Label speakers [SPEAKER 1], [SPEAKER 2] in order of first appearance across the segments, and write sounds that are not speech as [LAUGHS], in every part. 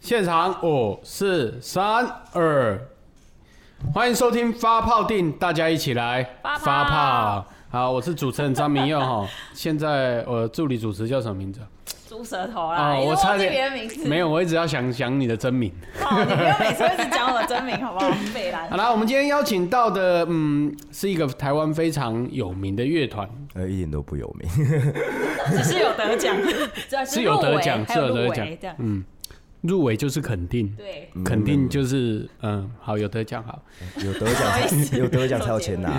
[SPEAKER 1] 现场五四三二，欢迎收听发泡定，大家一起来
[SPEAKER 2] 发泡
[SPEAKER 1] 好，我是主持人张明佑
[SPEAKER 2] [LAUGHS]
[SPEAKER 1] 哈，现在我助理主持叫什么名字啊？
[SPEAKER 2] 猪舌头啦，
[SPEAKER 1] 哦
[SPEAKER 2] 你
[SPEAKER 1] 我
[SPEAKER 2] 都
[SPEAKER 1] 差
[SPEAKER 2] 哎忘记
[SPEAKER 1] 点
[SPEAKER 2] 别人名字，
[SPEAKER 1] 没有，我一直要想想你的真名。
[SPEAKER 2] 哦，你不要每次都一直讲我的真名，好不好？贝
[SPEAKER 1] [LAUGHS]
[SPEAKER 2] 兰
[SPEAKER 1] 好，啦，我们今天邀请到的，嗯，是一个台湾非常有名的乐团，
[SPEAKER 3] 呃，一点都不有名。
[SPEAKER 2] [LAUGHS] 只是有得奖，只要
[SPEAKER 1] 是有得奖，
[SPEAKER 2] 还
[SPEAKER 1] 是
[SPEAKER 2] 有
[SPEAKER 1] 有得
[SPEAKER 2] 入
[SPEAKER 1] 奖
[SPEAKER 2] 围这样，，
[SPEAKER 1] 嗯，入围就是肯定，
[SPEAKER 2] 对，
[SPEAKER 3] 嗯
[SPEAKER 1] 肯定就是，嗯，好，有得奖好，
[SPEAKER 3] 有得奖
[SPEAKER 2] 不好意
[SPEAKER 3] 才
[SPEAKER 2] 思
[SPEAKER 3] 有得奖才有钱拿。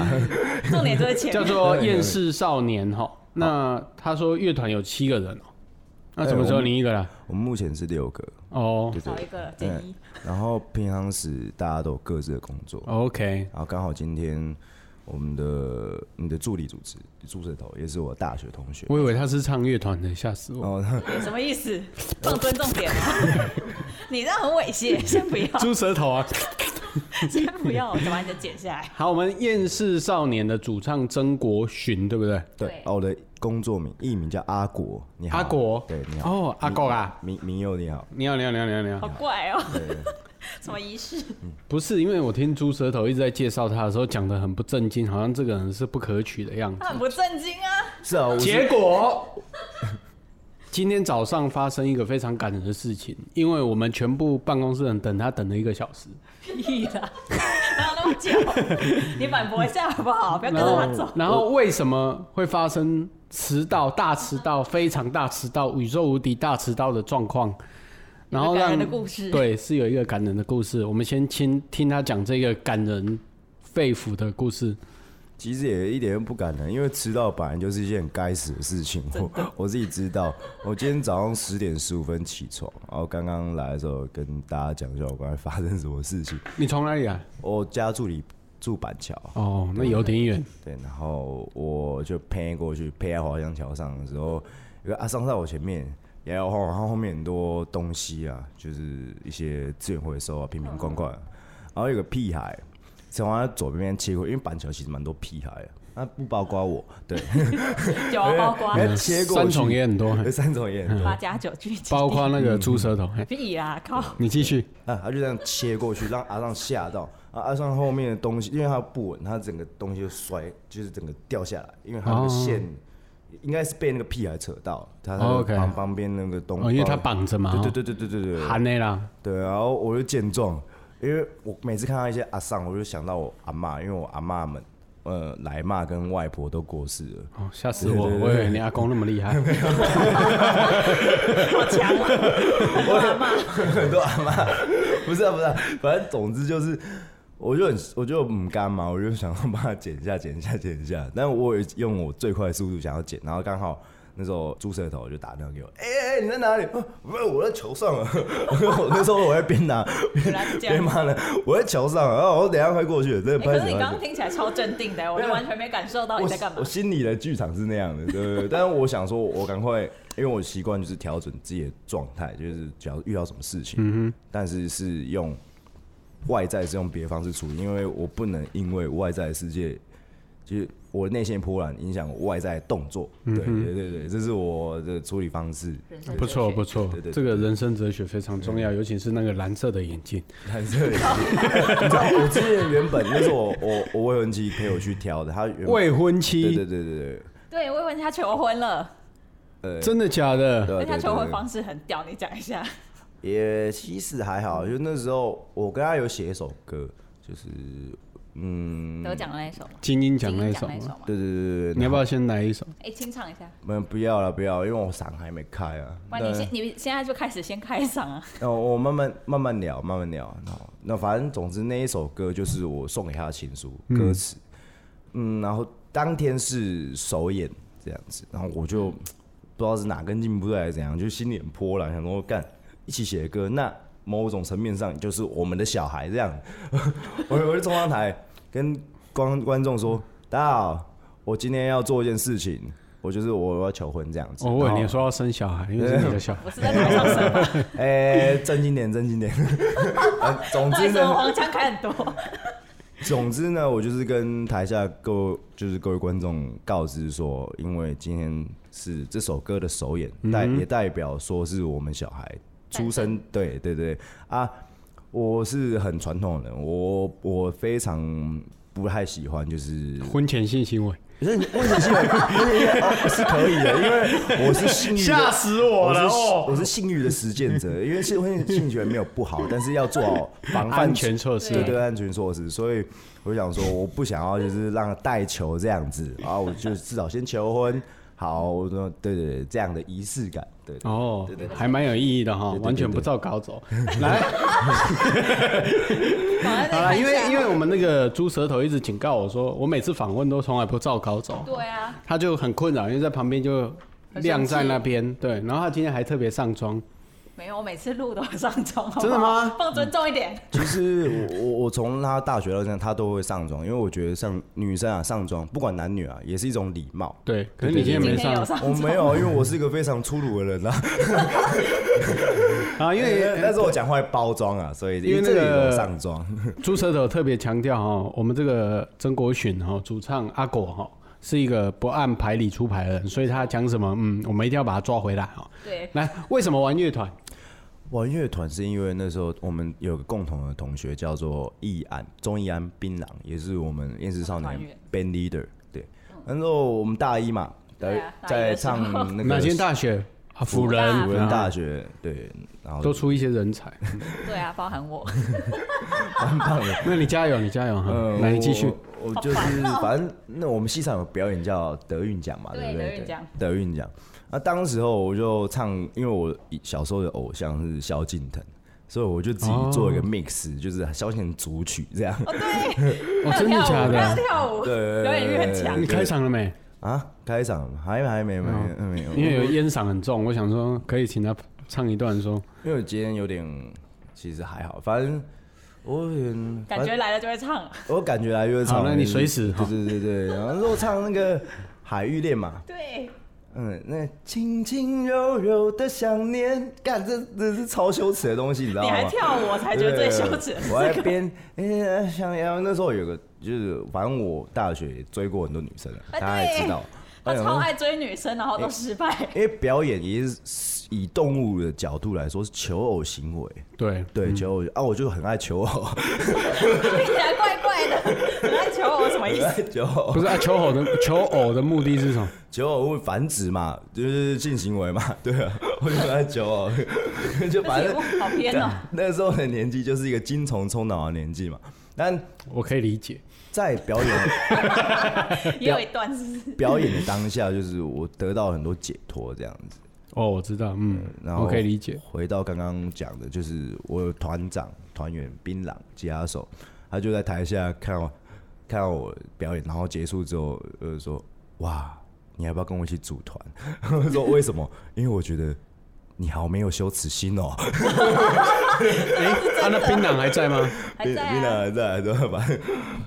[SPEAKER 2] 重点就是前
[SPEAKER 1] 叫
[SPEAKER 2] 面。
[SPEAKER 3] [LAUGHS]
[SPEAKER 1] 做厌世少年哈。那他说乐团有七个人哦，那什么时候你一个啦？
[SPEAKER 3] 哎我们目前是六个，
[SPEAKER 1] 哦
[SPEAKER 3] 对
[SPEAKER 2] 少一
[SPEAKER 3] 对。
[SPEAKER 2] 个了，减一，
[SPEAKER 3] 然后平常时大家都有各自的工
[SPEAKER 1] 哦
[SPEAKER 3] 作，
[SPEAKER 1] ，OK，
[SPEAKER 3] 然后刚好今天我们的你的助理主持朱石头也是我大学同学，
[SPEAKER 1] 我以为他是唱乐团的，吓死我。
[SPEAKER 3] 然后他
[SPEAKER 2] 什么意思？放尊重点吗？ [LAUGHS] 你这样很猥
[SPEAKER 1] [LAUGHS]
[SPEAKER 2] 亵，先不要，
[SPEAKER 1] 猪舌头啊！
[SPEAKER 2] 先不要，我把你的剪下
[SPEAKER 1] [LAUGHS]
[SPEAKER 2] 来。
[SPEAKER 1] 好，我们厌世少年的主唱曾国勋，对不对？
[SPEAKER 3] 对
[SPEAKER 2] 对，
[SPEAKER 3] 哦我的工作名艺名叫阿国，你好。
[SPEAKER 1] 阿国
[SPEAKER 3] 对，你好。
[SPEAKER 1] 哦，阿狗啊，
[SPEAKER 3] 明明佑你好，
[SPEAKER 1] 你好，你好，你好，你好，你
[SPEAKER 2] 好
[SPEAKER 1] 好。
[SPEAKER 2] 怪哦、 [LAUGHS] 什么仪式？
[SPEAKER 1] 不是，因为我听猪舌头一直在介绍他的时候讲的很不正经，好像这个人是不可取的样子。
[SPEAKER 2] 他很不正经啊！
[SPEAKER 3] 是啊，我是
[SPEAKER 1] 结果今天早上发生一个非常感人的事情，因为我们全部办公室人等他等了一个小时，
[SPEAKER 2] 屁啦，哪有那么
[SPEAKER 1] [LAUGHS]
[SPEAKER 2] 久？你反驳一下好不好？不要跟着他走。
[SPEAKER 1] 然后为什么会发生迟到、大迟到、非常大迟到、宇宙无敌大迟到的状况？然后
[SPEAKER 2] 有
[SPEAKER 1] 让
[SPEAKER 2] 一个感人的故事
[SPEAKER 1] 对，是有一个感人的故事。我们先听听他讲这个感人肺腑的故事。
[SPEAKER 3] 其实也一点都不敢的，因为迟到本来就是一件很该死的事情。我我自己知道，我今天早上十点十五分起床，然后刚刚来的时候跟大家讲一下我刚才发生什么事情。
[SPEAKER 1] 你从哪里来？
[SPEAKER 3] 我家助理住板桥，
[SPEAKER 1] 哦，那有点远。
[SPEAKER 3] 对，然后我就偏过去，偏在华江桥上的时候，有个阿桑在我前面摇摇晃晃，然后后面很多东西啊，就是一些资源回收啊，瓶瓶罐罐、啊，然后有个屁孩从他左边边切过，因为板桥其实蛮多屁孩的、那不包括我，对，
[SPEAKER 2] 酒啊包括
[SPEAKER 3] 哎切过去
[SPEAKER 1] [LAUGHS] 三重也
[SPEAKER 3] [LAUGHS]
[SPEAKER 1] 很多，
[SPEAKER 3] 有三种也很多
[SPEAKER 2] 八加九聚集，
[SPEAKER 1] 包括那个猪舌头。嘿
[SPEAKER 2] 屁啦！靠，
[SPEAKER 1] [LAUGHS] 你继续。
[SPEAKER 3] 啊，他就这样切过去，让阿尚吓到，啊，阿尚后面的东西，因为他不稳，他整个东西就摔，就是整个掉下来，因为他那
[SPEAKER 1] 哦
[SPEAKER 3] 个线、应该是被那个屁孩扯到，他
[SPEAKER 1] 哦
[SPEAKER 3] 旁
[SPEAKER 1] ，OK
[SPEAKER 3] 旁边那个东，
[SPEAKER 1] 哦，因为他绑着嘛。
[SPEAKER 3] 对
[SPEAKER 1] 哦
[SPEAKER 3] 对对对对对对
[SPEAKER 1] 含
[SPEAKER 3] 对，
[SPEAKER 1] 内啦，
[SPEAKER 3] 对，然后我就见状，因为我每次看到一些阿尚，我就想到我阿嬷，因为我阿嬷们，呃，来妈跟外婆都过世了，
[SPEAKER 1] 哦，吓死我！我以为你阿公那么厉 [LAUGHS] 害，
[SPEAKER 2] 好强啊！我骂
[SPEAKER 3] [LAUGHS] 很多阿妈，不是啊，不是、啊，反正总之就是，我就很，我就很干嘛，我就想要把它剪一下，剪一下，剪一下。但我也用我最快的速度想要剪，然后刚好那时候猪舌头就打电话给我，哎、哎、哎你在哪里？哦没有，我在球上啊。 [LAUGHS] 我那时候我在边拿
[SPEAKER 2] 原来是这
[SPEAKER 3] 边
[SPEAKER 2] 样。
[SPEAKER 3] 骂呢，我在球上啊，然后我等一下快过去了，真的
[SPEAKER 2] 哎
[SPEAKER 3] 不
[SPEAKER 2] 可
[SPEAKER 3] 太
[SPEAKER 2] 是你
[SPEAKER 3] 喜欢
[SPEAKER 2] 刚刚听起来超镇定的，我就完全没感受到哦你
[SPEAKER 3] 我
[SPEAKER 2] 在干嘛
[SPEAKER 3] 我。心里的剧场是那样的，对不对？但是我想说，我赶快，因为我习惯就是调整自己的状态，就是只要遇到什么事情，
[SPEAKER 1] 嗯
[SPEAKER 3] 但是是用外在是用别的方式处理，因为我不能因为外在的世界，就是我内心波澜影响我外在的动作。
[SPEAKER 1] 嗯
[SPEAKER 3] 对对对对，这是我的处理方式。
[SPEAKER 2] 人生
[SPEAKER 1] 不错
[SPEAKER 2] 哲学
[SPEAKER 1] 不错
[SPEAKER 3] 对，对
[SPEAKER 1] 这个人生哲学非常重要，尤其是那个蓝色的眼镜。
[SPEAKER 3] 蓝色的眼睛，你知道我之前原本那是我我我未婚妻陪我去挑的，她原本
[SPEAKER 1] 未婚
[SPEAKER 3] 对对
[SPEAKER 1] 妻，
[SPEAKER 3] 对对对，
[SPEAKER 2] 对，我以为他求婚了，
[SPEAKER 3] 呃，
[SPEAKER 1] 真的假的？
[SPEAKER 3] 对
[SPEAKER 2] 而且他
[SPEAKER 3] 对
[SPEAKER 2] 求婚
[SPEAKER 3] 对
[SPEAKER 2] 方式很屌，你讲一下。
[SPEAKER 3] 也其实还好，就那时候我跟他有写一首歌，就是嗯，
[SPEAKER 2] 得奖的那一首吗？
[SPEAKER 1] 金鹰奖那一
[SPEAKER 2] 金鹰
[SPEAKER 1] 首
[SPEAKER 2] 奖
[SPEAKER 1] 吗
[SPEAKER 2] 那一首，吗？
[SPEAKER 3] 对对对对对，
[SPEAKER 1] 你要不要先来一首？
[SPEAKER 2] 哎，清唱一下。
[SPEAKER 3] 然后？们不要了，不要，因为我嗓还没开啊。
[SPEAKER 2] 不然你先，你现在就开始先开嗓
[SPEAKER 1] [LAUGHS]
[SPEAKER 2] 啊！
[SPEAKER 3] [LAUGHS] 那哦我我慢慢慢慢聊，慢慢聊。然后那反正总之那一首歌就是我送给他的情书歌词，嗯，然后当天是首演这样子，然后我就不知道是哪根筋不对还是怎样，就心里很波澜，想说干一起写歌，那某种层面上就是我们的小孩这样。 [LAUGHS] 我我就冲上台跟观观众说：“大家好，我今天要做一件事情，我就是我要求婚这样子。
[SPEAKER 1] 哦，我以
[SPEAKER 3] 然
[SPEAKER 1] 为
[SPEAKER 3] 后
[SPEAKER 1] 你说要生小孩，因为是你的小孩。
[SPEAKER 2] 不是在台上生吗？
[SPEAKER 3] 哎、正经点，正经点。 [LAUGHS] 呃总
[SPEAKER 2] 到底
[SPEAKER 3] 之
[SPEAKER 2] 什么
[SPEAKER 3] 呢，
[SPEAKER 2] 黄腔开
[SPEAKER 1] [LAUGHS]
[SPEAKER 2] 很多？
[SPEAKER 3] 总之呢，我就是跟台下各位就是各位观众告知说，嗯因为今天是这首歌的首演，代、也代表说是我们小孩出生，对对对啊，我是很传统的人，我我非常不太喜欢就是
[SPEAKER 1] 婚前性行为，
[SPEAKER 3] 可是问题是，问题是啊是可以的，因为我是性欲的，
[SPEAKER 1] 死
[SPEAKER 3] 我是！我是性欲的实践者，因为性婚性行为没有不好，但是要做好防范
[SPEAKER 1] 安全措施，
[SPEAKER 3] 对对安全措施，所以我就想说，我不想要就是让他带球这样子啊，我就至少先求婚，好，我说对对对，这样的仪式感，对对
[SPEAKER 1] 哦，还蛮有意义的哈，
[SPEAKER 3] 对对
[SPEAKER 1] 完全不照稿 [LAUGHS] 走。来，
[SPEAKER 2] 反
[SPEAKER 1] 好
[SPEAKER 2] 正
[SPEAKER 1] 啊了，因为因为我们那个猪舌头一直警告我说，我每次访问都从来不照稿走，
[SPEAKER 2] 对啊，
[SPEAKER 1] 他就很困扰，因为在旁边就
[SPEAKER 2] 很生气
[SPEAKER 1] 晾在那边，对，然后他今天还特别上妆，
[SPEAKER 2] 没有，我每次录都上妆，
[SPEAKER 1] [LAUGHS]
[SPEAKER 2] 好不好
[SPEAKER 1] 真的吗？嗯
[SPEAKER 2] 放尊重一点，
[SPEAKER 3] 其实我我我从他大学到现在，他都会上妆，因为我觉得上女生啊上妆，不管男女啊，也是一种礼貌。
[SPEAKER 1] 对，可是你今天没
[SPEAKER 2] 今天有
[SPEAKER 1] 上
[SPEAKER 2] 上
[SPEAKER 3] 我
[SPEAKER 2] 妆，
[SPEAKER 3] 没有，因为我是一个非常粗鲁的人啊，
[SPEAKER 1] 啊，因 [LAUGHS] 为
[SPEAKER 3] 哎但是我讲话会包装啊，所以
[SPEAKER 1] 因为那
[SPEAKER 3] 这
[SPEAKER 1] 个
[SPEAKER 3] 里有上
[SPEAKER 1] [LAUGHS]
[SPEAKER 3] 妆，
[SPEAKER 1] 朱舌头特别强调哈，我们这个曾国勋哈，主唱阿果哈，是一个不按牌理出牌的人，所以他讲什么，嗯，我们一定要把他抓回来哈。
[SPEAKER 2] 对，
[SPEAKER 1] 来，为什么玩乐团？
[SPEAKER 3] 玩乐团是因为那时候我们有个共同的同学叫做易安，钟易安槟榔，也是我们厌世少年
[SPEAKER 2] 团员嗯
[SPEAKER 3] band leader。对，那时候我们大一嘛，
[SPEAKER 2] 对啊大一
[SPEAKER 3] 在
[SPEAKER 2] 的时候
[SPEAKER 3] 唱那个
[SPEAKER 1] 哪间大学？啊，辅
[SPEAKER 2] 大
[SPEAKER 1] 仁，
[SPEAKER 3] 辅仁
[SPEAKER 1] 啊
[SPEAKER 3] 大学，对，然后
[SPEAKER 1] 都
[SPEAKER 3] [LAUGHS]
[SPEAKER 1] 出一些人才。
[SPEAKER 2] 对啊，包
[SPEAKER 1] [LAUGHS]
[SPEAKER 2] 含我，
[SPEAKER 3] 蛮棒的。
[SPEAKER 1] 那你加油，你加油哈！嗯来，你继续。
[SPEAKER 3] 呃我。我就是
[SPEAKER 2] 哦
[SPEAKER 3] [LAUGHS] 反正那我们戏场有表演叫德运奖嘛，
[SPEAKER 2] 对
[SPEAKER 3] 不对？
[SPEAKER 2] 德运奖，
[SPEAKER 3] 德运奖。那当时候我就唱，因为我小时候的偶像是萧敬腾，所以我就自己做一个 mix，、就是萧敬腾组曲这样
[SPEAKER 2] 哦对，
[SPEAKER 1] 哦，
[SPEAKER 2] 还有
[SPEAKER 1] 真的
[SPEAKER 2] 跳舞
[SPEAKER 1] 假
[SPEAKER 2] 还
[SPEAKER 1] 的？
[SPEAKER 2] 有跳舞，
[SPEAKER 3] 对
[SPEAKER 2] 表演欲很强
[SPEAKER 1] 你，开场了没？
[SPEAKER 3] [LAUGHS] 啊。开场还还没没没有，
[SPEAKER 1] 哦因为有烟嗓很重，我想说可以请他唱一段说。
[SPEAKER 3] 因为我今天有点其实还好，反正我有点
[SPEAKER 2] 感
[SPEAKER 3] 反
[SPEAKER 2] 觉来了就会唱，
[SPEAKER 3] 我感觉来越
[SPEAKER 1] 好
[SPEAKER 3] 唱，
[SPEAKER 1] 那你随时
[SPEAKER 3] 对对对对，然后如果唱那个海域恋嘛，
[SPEAKER 2] 对，
[SPEAKER 3] 嗯，那轻轻柔柔的想念，干这这是超羞耻的东西，你知道
[SPEAKER 2] 你
[SPEAKER 3] 吗？
[SPEAKER 2] 还跳舞，我才觉得最羞耻的
[SPEAKER 3] 对我还
[SPEAKER 2] [LAUGHS] 是这个。
[SPEAKER 3] 边哎想要那时候有个就是，反正我大学也追过很多女生啊，
[SPEAKER 2] 哎
[SPEAKER 3] 大家也知
[SPEAKER 2] [LAUGHS]
[SPEAKER 3] 道。
[SPEAKER 2] 他
[SPEAKER 3] 哎呦
[SPEAKER 2] 超爱追女生，然后都失败。 [LAUGHS]
[SPEAKER 3] 因为表演也是以动物的角度来说是求偶行为，
[SPEAKER 1] 对，
[SPEAKER 3] 对
[SPEAKER 2] 嗯
[SPEAKER 3] 求偶啊，我就很爱求偶，
[SPEAKER 2] 听起来怪怪的，你来求我什么意
[SPEAKER 3] 很
[SPEAKER 2] 思？
[SPEAKER 3] 爱 [LAUGHS] 求偶
[SPEAKER 1] 不，是啊，求偶
[SPEAKER 3] [LAUGHS]
[SPEAKER 1] 的求偶的目的是什么？
[SPEAKER 3] 求偶会繁殖嘛，就是性行为嘛，对啊，我就很爱求偶， [LAUGHS] 就
[SPEAKER 2] 这
[SPEAKER 3] 反
[SPEAKER 2] 节
[SPEAKER 3] 正
[SPEAKER 2] 目好偏哦、
[SPEAKER 3] 啊那时候的年纪就是一个精虫充脑的年纪嘛，但
[SPEAKER 1] 我可以理解。
[SPEAKER 3] 在表演
[SPEAKER 2] 也有一段是
[SPEAKER 3] 表演的当下，就是我得到很多解脱这样子。
[SPEAKER 1] 哦，我知道，嗯，
[SPEAKER 3] 然后
[SPEAKER 1] 我可以理解。
[SPEAKER 3] 回到刚刚讲的，就是我有团长、团员、槟榔、吉他手，他就在台下看我看到我表演，然后结束之后，呃，说哇，你要不要跟我一起组团？ [LAUGHS] 我说为什么？因为我觉得你好没有羞耻心哦。
[SPEAKER 1] 哎，啊，那槟榔还在吗？
[SPEAKER 2] 还在
[SPEAKER 3] 槟榔
[SPEAKER 2] 啊，
[SPEAKER 3] 还在，还在，反正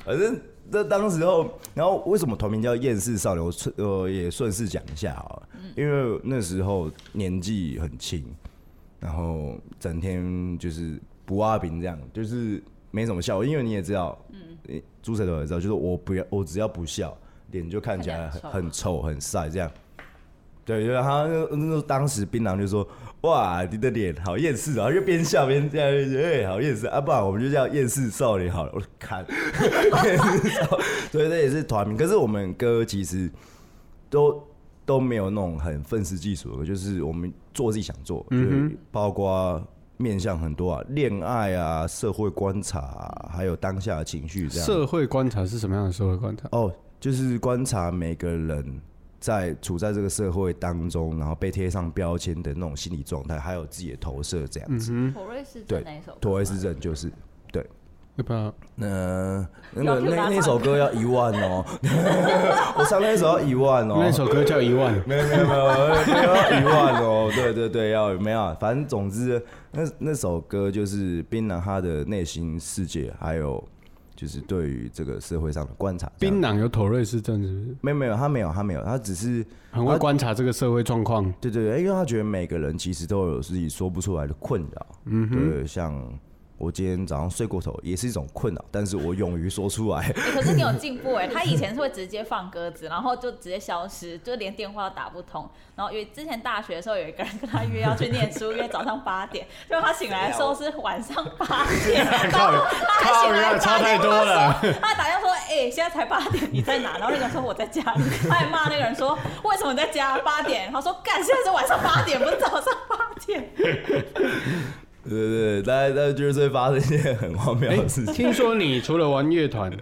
[SPEAKER 3] 反正那当时候，然后为什么团名叫厌世少年？我顺呃也顺势讲一下好了，因为那时候年纪很轻，然后整天就是不阿饼这样，就是没什么笑。因为你也知道，嗯，朱晨头也知道，就是我不要，我只要不笑，脸就看起来
[SPEAKER 2] 看起来
[SPEAKER 3] 很很臭很晒这样。对，就是他那那当时槟榔就说：“哇，你的脸好厌世啊！”然后就边笑边这样，哎、好厌世啊！不然我们就叫厌世少年好了。我说看，厌世少年，所以这也是团名。可是我们歌其实都都没有那种很愤世嫉俗的歌，就是我们做自己想做，
[SPEAKER 1] 嗯
[SPEAKER 3] 就是包括面向很多啊，恋爱啊、社会观察、啊，还有当下的情绪这样。
[SPEAKER 1] 社会观察是什么样的社会观察？
[SPEAKER 3] 哦，就是观察每个人在处在这个社会当中，然后被贴上标签的那种心理状态，还有自己的投射这样
[SPEAKER 1] 嗯
[SPEAKER 3] 子。
[SPEAKER 2] 普瑞斯
[SPEAKER 3] 嗯对
[SPEAKER 2] 的那一首歌，
[SPEAKER 3] 妥威斯症就是对。
[SPEAKER 1] 要不要？
[SPEAKER 3] 呃，那
[SPEAKER 2] 要
[SPEAKER 3] 个
[SPEAKER 2] 去
[SPEAKER 3] 那
[SPEAKER 2] 拉
[SPEAKER 3] 那首歌要一万哦， [LAUGHS] 我唱那首要一万哦，
[SPEAKER 1] 那首歌叫《一万》，
[SPEAKER 3] 没有没有没有没有要一万哦，对对对，要没有啊，反正总之那那首歌就是槟榔他的内心世界，还有就是对于这个社会上的观察。这样
[SPEAKER 1] 槟榔有妥瑞氏症，是不是？
[SPEAKER 3] 没有没有他没有他没有，他只是
[SPEAKER 1] 很会观察这个社会状
[SPEAKER 3] [LAUGHS]
[SPEAKER 1] 况。
[SPEAKER 3] 对对对，因为他觉得每个人其实都有自己说不出来的困扰，嗯，对，像我今天早上睡过头，也是一种困扰，但是我勇于说出来。
[SPEAKER 2] 欸可是你有进步哎、他以前是会直接放鸽子，然后就直接消失，就连电话都打不通。然后因为之前大学的时候有一个人跟他约要去念书，约早上八点， [LAUGHS] 结果他醒来的时候是晚上八点，然后他还醒来打
[SPEAKER 1] 靠太
[SPEAKER 2] 电话
[SPEAKER 1] 多了
[SPEAKER 2] 说，他打电话说，哎、现在才八点，你在哪？然后那个人说我在家里，他还骂那个人说为什么你在家八点？他说干，现在是晚上八点，不是早上八点。
[SPEAKER 3] 对对对，大家大家就是会发生一些很荒谬
[SPEAKER 1] 哎
[SPEAKER 3] 的事情。
[SPEAKER 1] 听说你除了玩乐
[SPEAKER 3] [LAUGHS]
[SPEAKER 1] 团，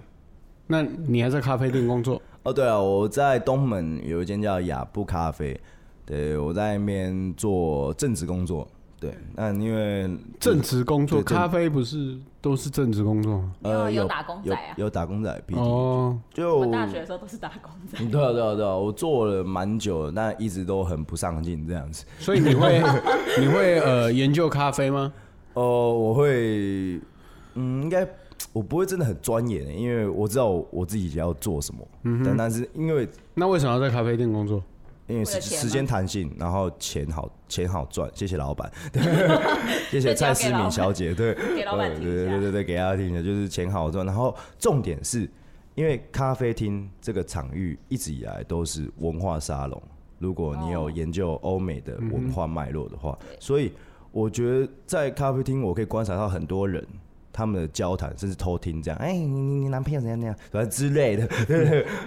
[SPEAKER 1] 那你还在咖啡店工作？
[SPEAKER 3] 哦，对啊，我在东门有一间叫雅布咖啡，对我在那边做正职工作。对，那因为
[SPEAKER 1] 正职工作，
[SPEAKER 3] 对正
[SPEAKER 1] 咖啡不是都是正职工作吗？
[SPEAKER 2] 有
[SPEAKER 3] 呃
[SPEAKER 2] 有打工仔
[SPEAKER 1] [LAUGHS]
[SPEAKER 2] 啊
[SPEAKER 3] 有有打工仔 PD，、
[SPEAKER 1] 哦，
[SPEAKER 3] 就
[SPEAKER 2] 我们大学的时候都是打工仔。
[SPEAKER 3] 对啊对啊对啊，我做了蛮久的，但一直都很不上进这样子。
[SPEAKER 1] 所以你
[SPEAKER 3] [LAUGHS]
[SPEAKER 1] 会你会呃研究咖啡吗？
[SPEAKER 3] 呃，我会，嗯，应该我不会真的很钻研，因为我知道我自己要做什么。
[SPEAKER 1] 嗯
[SPEAKER 3] 但但是因为
[SPEAKER 1] 那为什么要在咖啡店工作？
[SPEAKER 3] 因为
[SPEAKER 2] 为了
[SPEAKER 3] 时
[SPEAKER 2] 钱吗
[SPEAKER 3] 时间弹性，然后钱好钱好赚，谢谢
[SPEAKER 2] [LAUGHS]
[SPEAKER 3] 老板，对谢
[SPEAKER 2] 就交给
[SPEAKER 3] 谢蔡思
[SPEAKER 2] 老板
[SPEAKER 3] 敏小姐，对，
[SPEAKER 2] 给老板
[SPEAKER 3] 呃
[SPEAKER 2] 听一
[SPEAKER 3] 对
[SPEAKER 2] 下
[SPEAKER 3] 对对对，给大家听一下，就是钱好赚。然后重点是因为咖啡厅这个场域一直以来都是文化沙龙，如果你有
[SPEAKER 2] 哦
[SPEAKER 3] 研究欧美的文化脉络的话，所以我觉得在咖啡厅我可以观察到很多人。他们的交谈，甚至偷听这样，哎、你你你男朋友怎样怎样，反正之类的，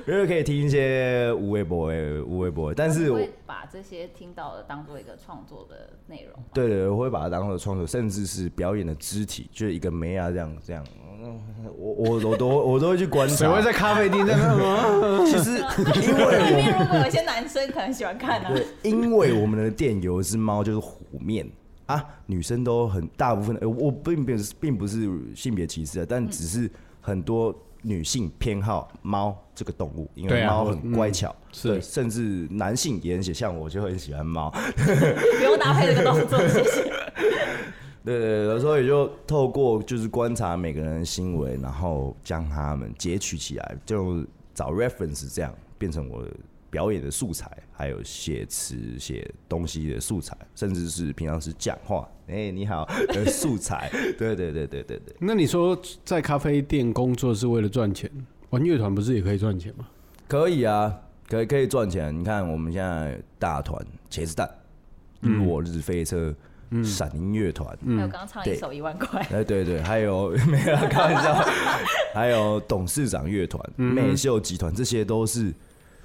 [SPEAKER 3] 就是可以听一些无微博诶，无微博，但是我
[SPEAKER 2] 会把这些听到的当做一个创作的内容吗。
[SPEAKER 3] [LAUGHS] 对对，我会把它当做创作，甚至是表演的肢体，就是一个梅啊这样这样，我我我都我都会去观察。
[SPEAKER 1] 谁会在咖 [LAUGHS]
[SPEAKER 3] [LAUGHS]
[SPEAKER 1] 啡厅在那吗？
[SPEAKER 3] 其实 [LAUGHS] 因
[SPEAKER 2] 对
[SPEAKER 3] 为
[SPEAKER 2] 面如果有一些男生可能喜欢看啊呢、
[SPEAKER 3] 我对，因为我们的店有一只猫就是虎面啊，女生都很大部分，呃我并不是并不是性别歧视啊，但只是很多女性偏好猫这个动物，因
[SPEAKER 1] 对
[SPEAKER 3] 为
[SPEAKER 1] 啊
[SPEAKER 3] 猫
[SPEAKER 1] 我
[SPEAKER 3] 很乖巧，
[SPEAKER 1] 是
[SPEAKER 3] 对甚至男性也很喜欢，像我就很喜欢猫。
[SPEAKER 2] 不用搭配这个动作，谢谢。
[SPEAKER 3] 对对对，所以就透过就是观察每个人的行为，然后将他们截取起来，就找 reference 这样变成我表演的素材，还有写词、写东西的素材，甚至是平常时讲话，哎、你好的素材。对对对对对对，
[SPEAKER 1] 那你说在咖啡店工作是为了赚钱，玩乐团不是也可以赚钱吗？
[SPEAKER 3] 可以啊，可以可以赚钱。你看我们现在大团茄子蛋、落日飞车、闪音乐团，
[SPEAKER 2] 还有刚刚唱一首一万块，
[SPEAKER 3] 哎，对对，还有 [LAUGHS] 没有开玩笑，还有董事长乐团、美秀集团，这些都是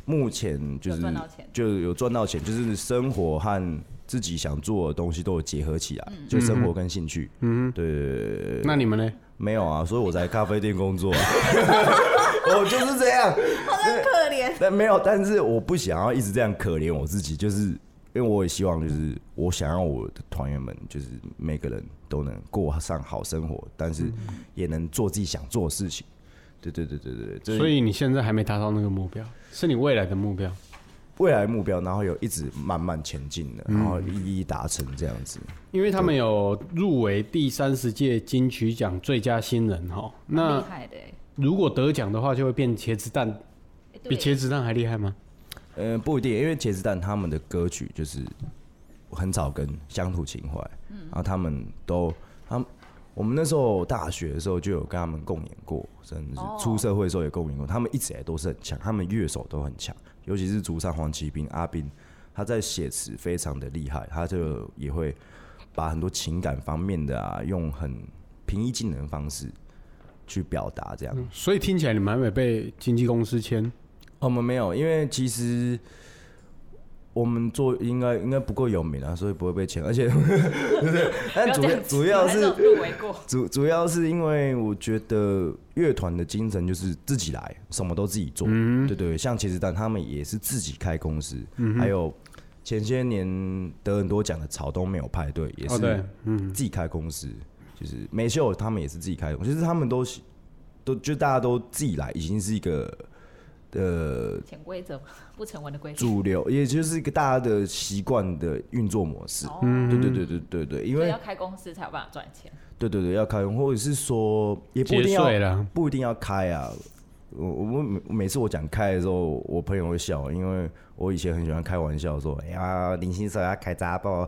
[SPEAKER 3] 目前就是
[SPEAKER 2] 有赚到钱
[SPEAKER 3] 就是有赚到钱，就是生活和自己想做的东西都有结合起来，
[SPEAKER 2] 嗯
[SPEAKER 3] 就生活跟兴趣。嗯，对对对对对，
[SPEAKER 1] 那你们呢？
[SPEAKER 3] 没有啊，所以我在咖啡店工作、啊， [LAUGHS] 我就是这样。
[SPEAKER 2] 可怜。
[SPEAKER 3] [LAUGHS] 但没有，但是我不想要一直这样可怜我自己，就是因为我也希望，就是我想要我的团员们，就是每个人都能过上好生活，但是
[SPEAKER 1] 嗯
[SPEAKER 3] 也能做自己想做的事情。对对对对对，这
[SPEAKER 1] 所
[SPEAKER 3] 是
[SPEAKER 1] 以你现在还没达到那个目标，是你未来的目标。
[SPEAKER 3] 未来的目标，然后有一直慢慢前进
[SPEAKER 1] 嗯
[SPEAKER 3] 的，然后一一达成这样子。
[SPEAKER 1] 因为他们有入围第三十届金曲奖最佳新人哈，
[SPEAKER 2] 蛮厉
[SPEAKER 1] 那
[SPEAKER 2] 害的欸、
[SPEAKER 1] 如果得奖的话，就会变茄子蛋，
[SPEAKER 2] 欸对
[SPEAKER 1] 比茄子蛋还厉害吗？
[SPEAKER 3] 呃，不一定，因为茄子蛋他们的歌曲就是很草根、乡土情怀，然后他们都他们我们那时候大学的时候就有跟他们共演过，甚至
[SPEAKER 2] 哦
[SPEAKER 3] 是出社会的时候也共演过，他们一直以来都是很强，他们乐手都很强，尤其是主唱黄奇斌、阿斌，他在写词非常的厉害，他就也会把很多情感方面的啊，用很平易近人的方式去表达这样。
[SPEAKER 1] 所以听起来你们还没被经纪公司签，
[SPEAKER 3] 哦我们没有，因为其实我们做应该应该不够有名啊，所以不会被签。而且， [LAUGHS] 对
[SPEAKER 2] [LAUGHS]
[SPEAKER 3] 但主
[SPEAKER 2] 不
[SPEAKER 3] 要
[SPEAKER 2] 这样子我
[SPEAKER 3] 主要是
[SPEAKER 2] 还有入围过，
[SPEAKER 3] 主主要是因为我觉得乐团的精神就是自己来，什么都自己做。
[SPEAKER 1] 嗯
[SPEAKER 3] 对对，像茄子蛋他们也是自己开公司，还有前些年得很多奖的草东没有派对也
[SPEAKER 1] 哦对
[SPEAKER 3] 是自己开公司，就是美秀他们也是自己开公司，就是他们都都就大家都自己来，已经是一个。呃，
[SPEAKER 2] 潜规则嘛不成文的规定。
[SPEAKER 3] 主流，也就是一个大家的习惯的运作模式。
[SPEAKER 2] 哦
[SPEAKER 3] 对对对对对对，因
[SPEAKER 2] 所以
[SPEAKER 3] 为
[SPEAKER 2] 要开公司才有办法赚钱，
[SPEAKER 3] 对对对要开，或者是说也不一
[SPEAKER 1] 结
[SPEAKER 3] 定要
[SPEAKER 1] 税了。
[SPEAKER 3] 不一定要开啊。我我每每次我讲开的时候，我朋友会笑，因为我以前很喜欢开玩笑说，哎呀，林心社要开杂报，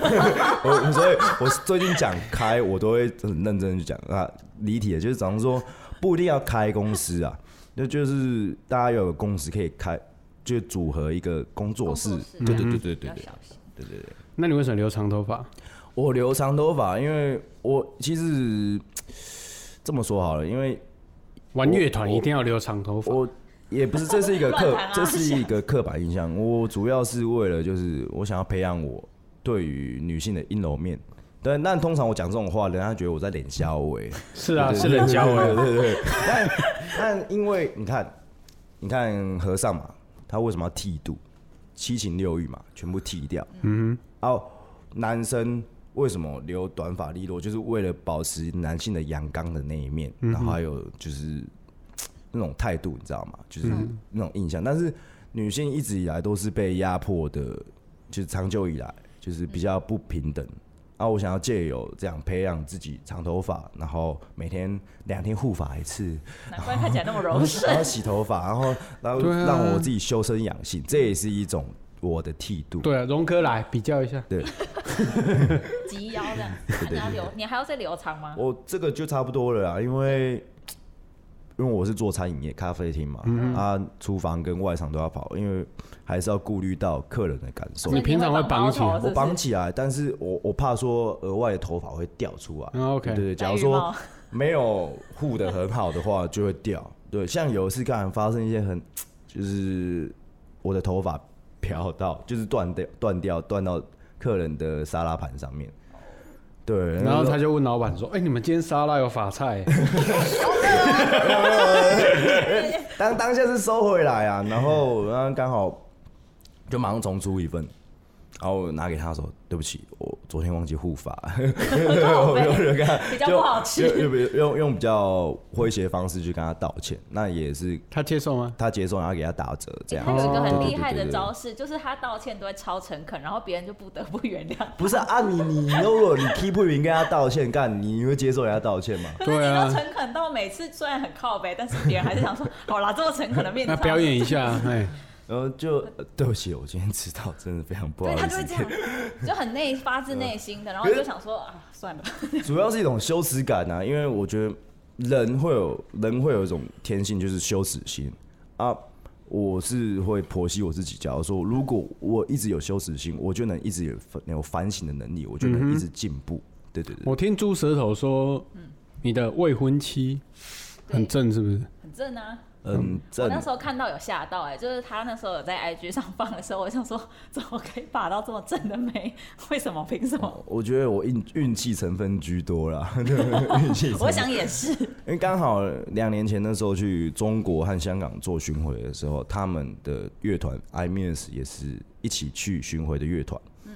[SPEAKER 3] 我所以我最近讲开，我都会很认真去讲啊，离题了就是假如说不一定要开公司啊，那就是大家有个公司可以开，就组合一个工作室，
[SPEAKER 2] 工
[SPEAKER 3] 对
[SPEAKER 2] 作室
[SPEAKER 3] 对对
[SPEAKER 2] 啊
[SPEAKER 3] 对对
[SPEAKER 2] 要
[SPEAKER 3] 对。
[SPEAKER 2] 小心
[SPEAKER 1] 那你为什么留长头发？
[SPEAKER 3] 我留长头发，因为我其实这么说好了，因为
[SPEAKER 1] 玩乐团一定要留长头发。
[SPEAKER 3] 我也不是，这是一个刻
[SPEAKER 2] 乱谈，啊
[SPEAKER 3] 这是一个刻板印象。我主要是为了就是我想要培养我对于女性的阴柔面。对，那通常我讲这种话，人家觉得我在脸消委。
[SPEAKER 1] 是啊，
[SPEAKER 3] 对
[SPEAKER 1] 是人
[SPEAKER 3] [LAUGHS]
[SPEAKER 1] 家
[SPEAKER 3] 对
[SPEAKER 1] 我
[SPEAKER 3] 对对对。但但因为你看，你看和尚嘛，他为什么要剃度？七情六欲嘛，全部剃掉。嗯哼。哦，男生为什么留短发利落？就是为了保持男性的阳刚的那一面，然后还有就是那种态度，你知道吗？就是那种印象。但是女性一直以来都是被压迫的，就是长久以来就是比较不平等。啊，我想要借由这样培养自己长头发，然后每天两天护发一次，
[SPEAKER 2] 难怪看起来那么
[SPEAKER 3] 然 [LAUGHS]
[SPEAKER 2] 柔
[SPEAKER 3] 后
[SPEAKER 2] 顺。
[SPEAKER 3] 然后洗头发，
[SPEAKER 1] [LAUGHS]
[SPEAKER 3] 然后然后
[SPEAKER 1] 对啊
[SPEAKER 3] 让我自己修身养性，这也是一种我的剃度。
[SPEAKER 1] 对啊，荣哥来比较一下。
[SPEAKER 2] 及腰这样，那你要留，你还要再留长吗？
[SPEAKER 3] 我这个就差不多了啦，因为因为我是做餐饮业咖啡厅嘛，
[SPEAKER 1] 嗯
[SPEAKER 3] 啊，厨房跟外场都要跑，因为还是要顾虑到客人的感受
[SPEAKER 2] 所以。
[SPEAKER 1] 你平常
[SPEAKER 2] 会
[SPEAKER 1] 会绑
[SPEAKER 2] 包
[SPEAKER 1] 起
[SPEAKER 2] 头
[SPEAKER 1] 来
[SPEAKER 2] 是不
[SPEAKER 3] 我
[SPEAKER 2] 是
[SPEAKER 3] 绑起来，但是我我怕说额外的头发会掉出来。
[SPEAKER 1] 嗯 OK
[SPEAKER 3] 对对，对假
[SPEAKER 2] 戴
[SPEAKER 3] 如
[SPEAKER 2] 浴
[SPEAKER 3] 说
[SPEAKER 2] 帽
[SPEAKER 3] 没有护的很好的话，就会掉。对，像有一次刚才发生一些很，就是我的头发飘到，就是断掉、断掉、断到客人的沙拉盘上面。对，
[SPEAKER 1] 然后他就问老板说：“哎，你们今天沙拉有法菜？
[SPEAKER 3] 当当下是收回来啊，然后然后刚好就马上重出一份，然后我拿给他说：“对不起，我昨天忘记护发。” [LAUGHS]
[SPEAKER 2] 靠
[SPEAKER 3] 我
[SPEAKER 2] 背
[SPEAKER 3] 就跟他
[SPEAKER 2] 比较
[SPEAKER 3] 就
[SPEAKER 2] 不好吃
[SPEAKER 3] 就就用用比较诙谐的方式去跟他道歉，那也是
[SPEAKER 1] 他接受
[SPEAKER 3] [LAUGHS]
[SPEAKER 1] 吗
[SPEAKER 3] 他接受，然后给他打折这样
[SPEAKER 2] 他。有一个很厉害
[SPEAKER 3] 哦对对对对
[SPEAKER 2] 的
[SPEAKER 3] 对
[SPEAKER 2] 招式，就是他道歉都会超诚恳，然后别人就不得不原
[SPEAKER 3] [LAUGHS]
[SPEAKER 2] 谅。
[SPEAKER 3] 不是啊啊，你你你如果你 keep 不赢跟他道歉，干你你会接受人家道歉吗？
[SPEAKER 2] 可是你
[SPEAKER 1] 对啊
[SPEAKER 2] 都诚恳到每次虽然很靠背，但是别人还是想说，好啦，这么诚恳的？”面子
[SPEAKER 1] 那
[SPEAKER 2] 上，
[SPEAKER 1] 表演一下，哎，
[SPEAKER 3] 然后就呃对不起，我今天迟到，真的非常不好
[SPEAKER 2] 对
[SPEAKER 3] 意思。
[SPEAKER 2] 他就会这样，就很内发自内心的，然后就想说啊，算了，
[SPEAKER 3] [LAUGHS] 主要是一种羞耻感啊，因为我觉得人会有人会有一种天性，就是羞耻心啊。我是会剖析我自己，假如说如果我一直有羞耻心，我就能一直有反有反省的能力，我就能一直进步。对对对，
[SPEAKER 1] 我听猪舌头说，你的未婚妻很正，是不是？
[SPEAKER 2] [LAUGHS] 很正
[SPEAKER 3] [LAUGHS]
[SPEAKER 2] 啊。
[SPEAKER 3] 嗯，
[SPEAKER 2] 我
[SPEAKER 3] 正
[SPEAKER 2] 那时候看到有吓到哎、就是他那时候有在 IG 上放的时候，我想说怎么可以把到这么正的妹？为什么？凭什么？
[SPEAKER 3] 我觉得我运运气成分居多啦，对运气成分
[SPEAKER 2] 我想也是，
[SPEAKER 3] 因为刚好两年前那时候去中国和香港做巡回的时候，他们的乐团 I Miss 也是一起去巡回的乐团。嗯，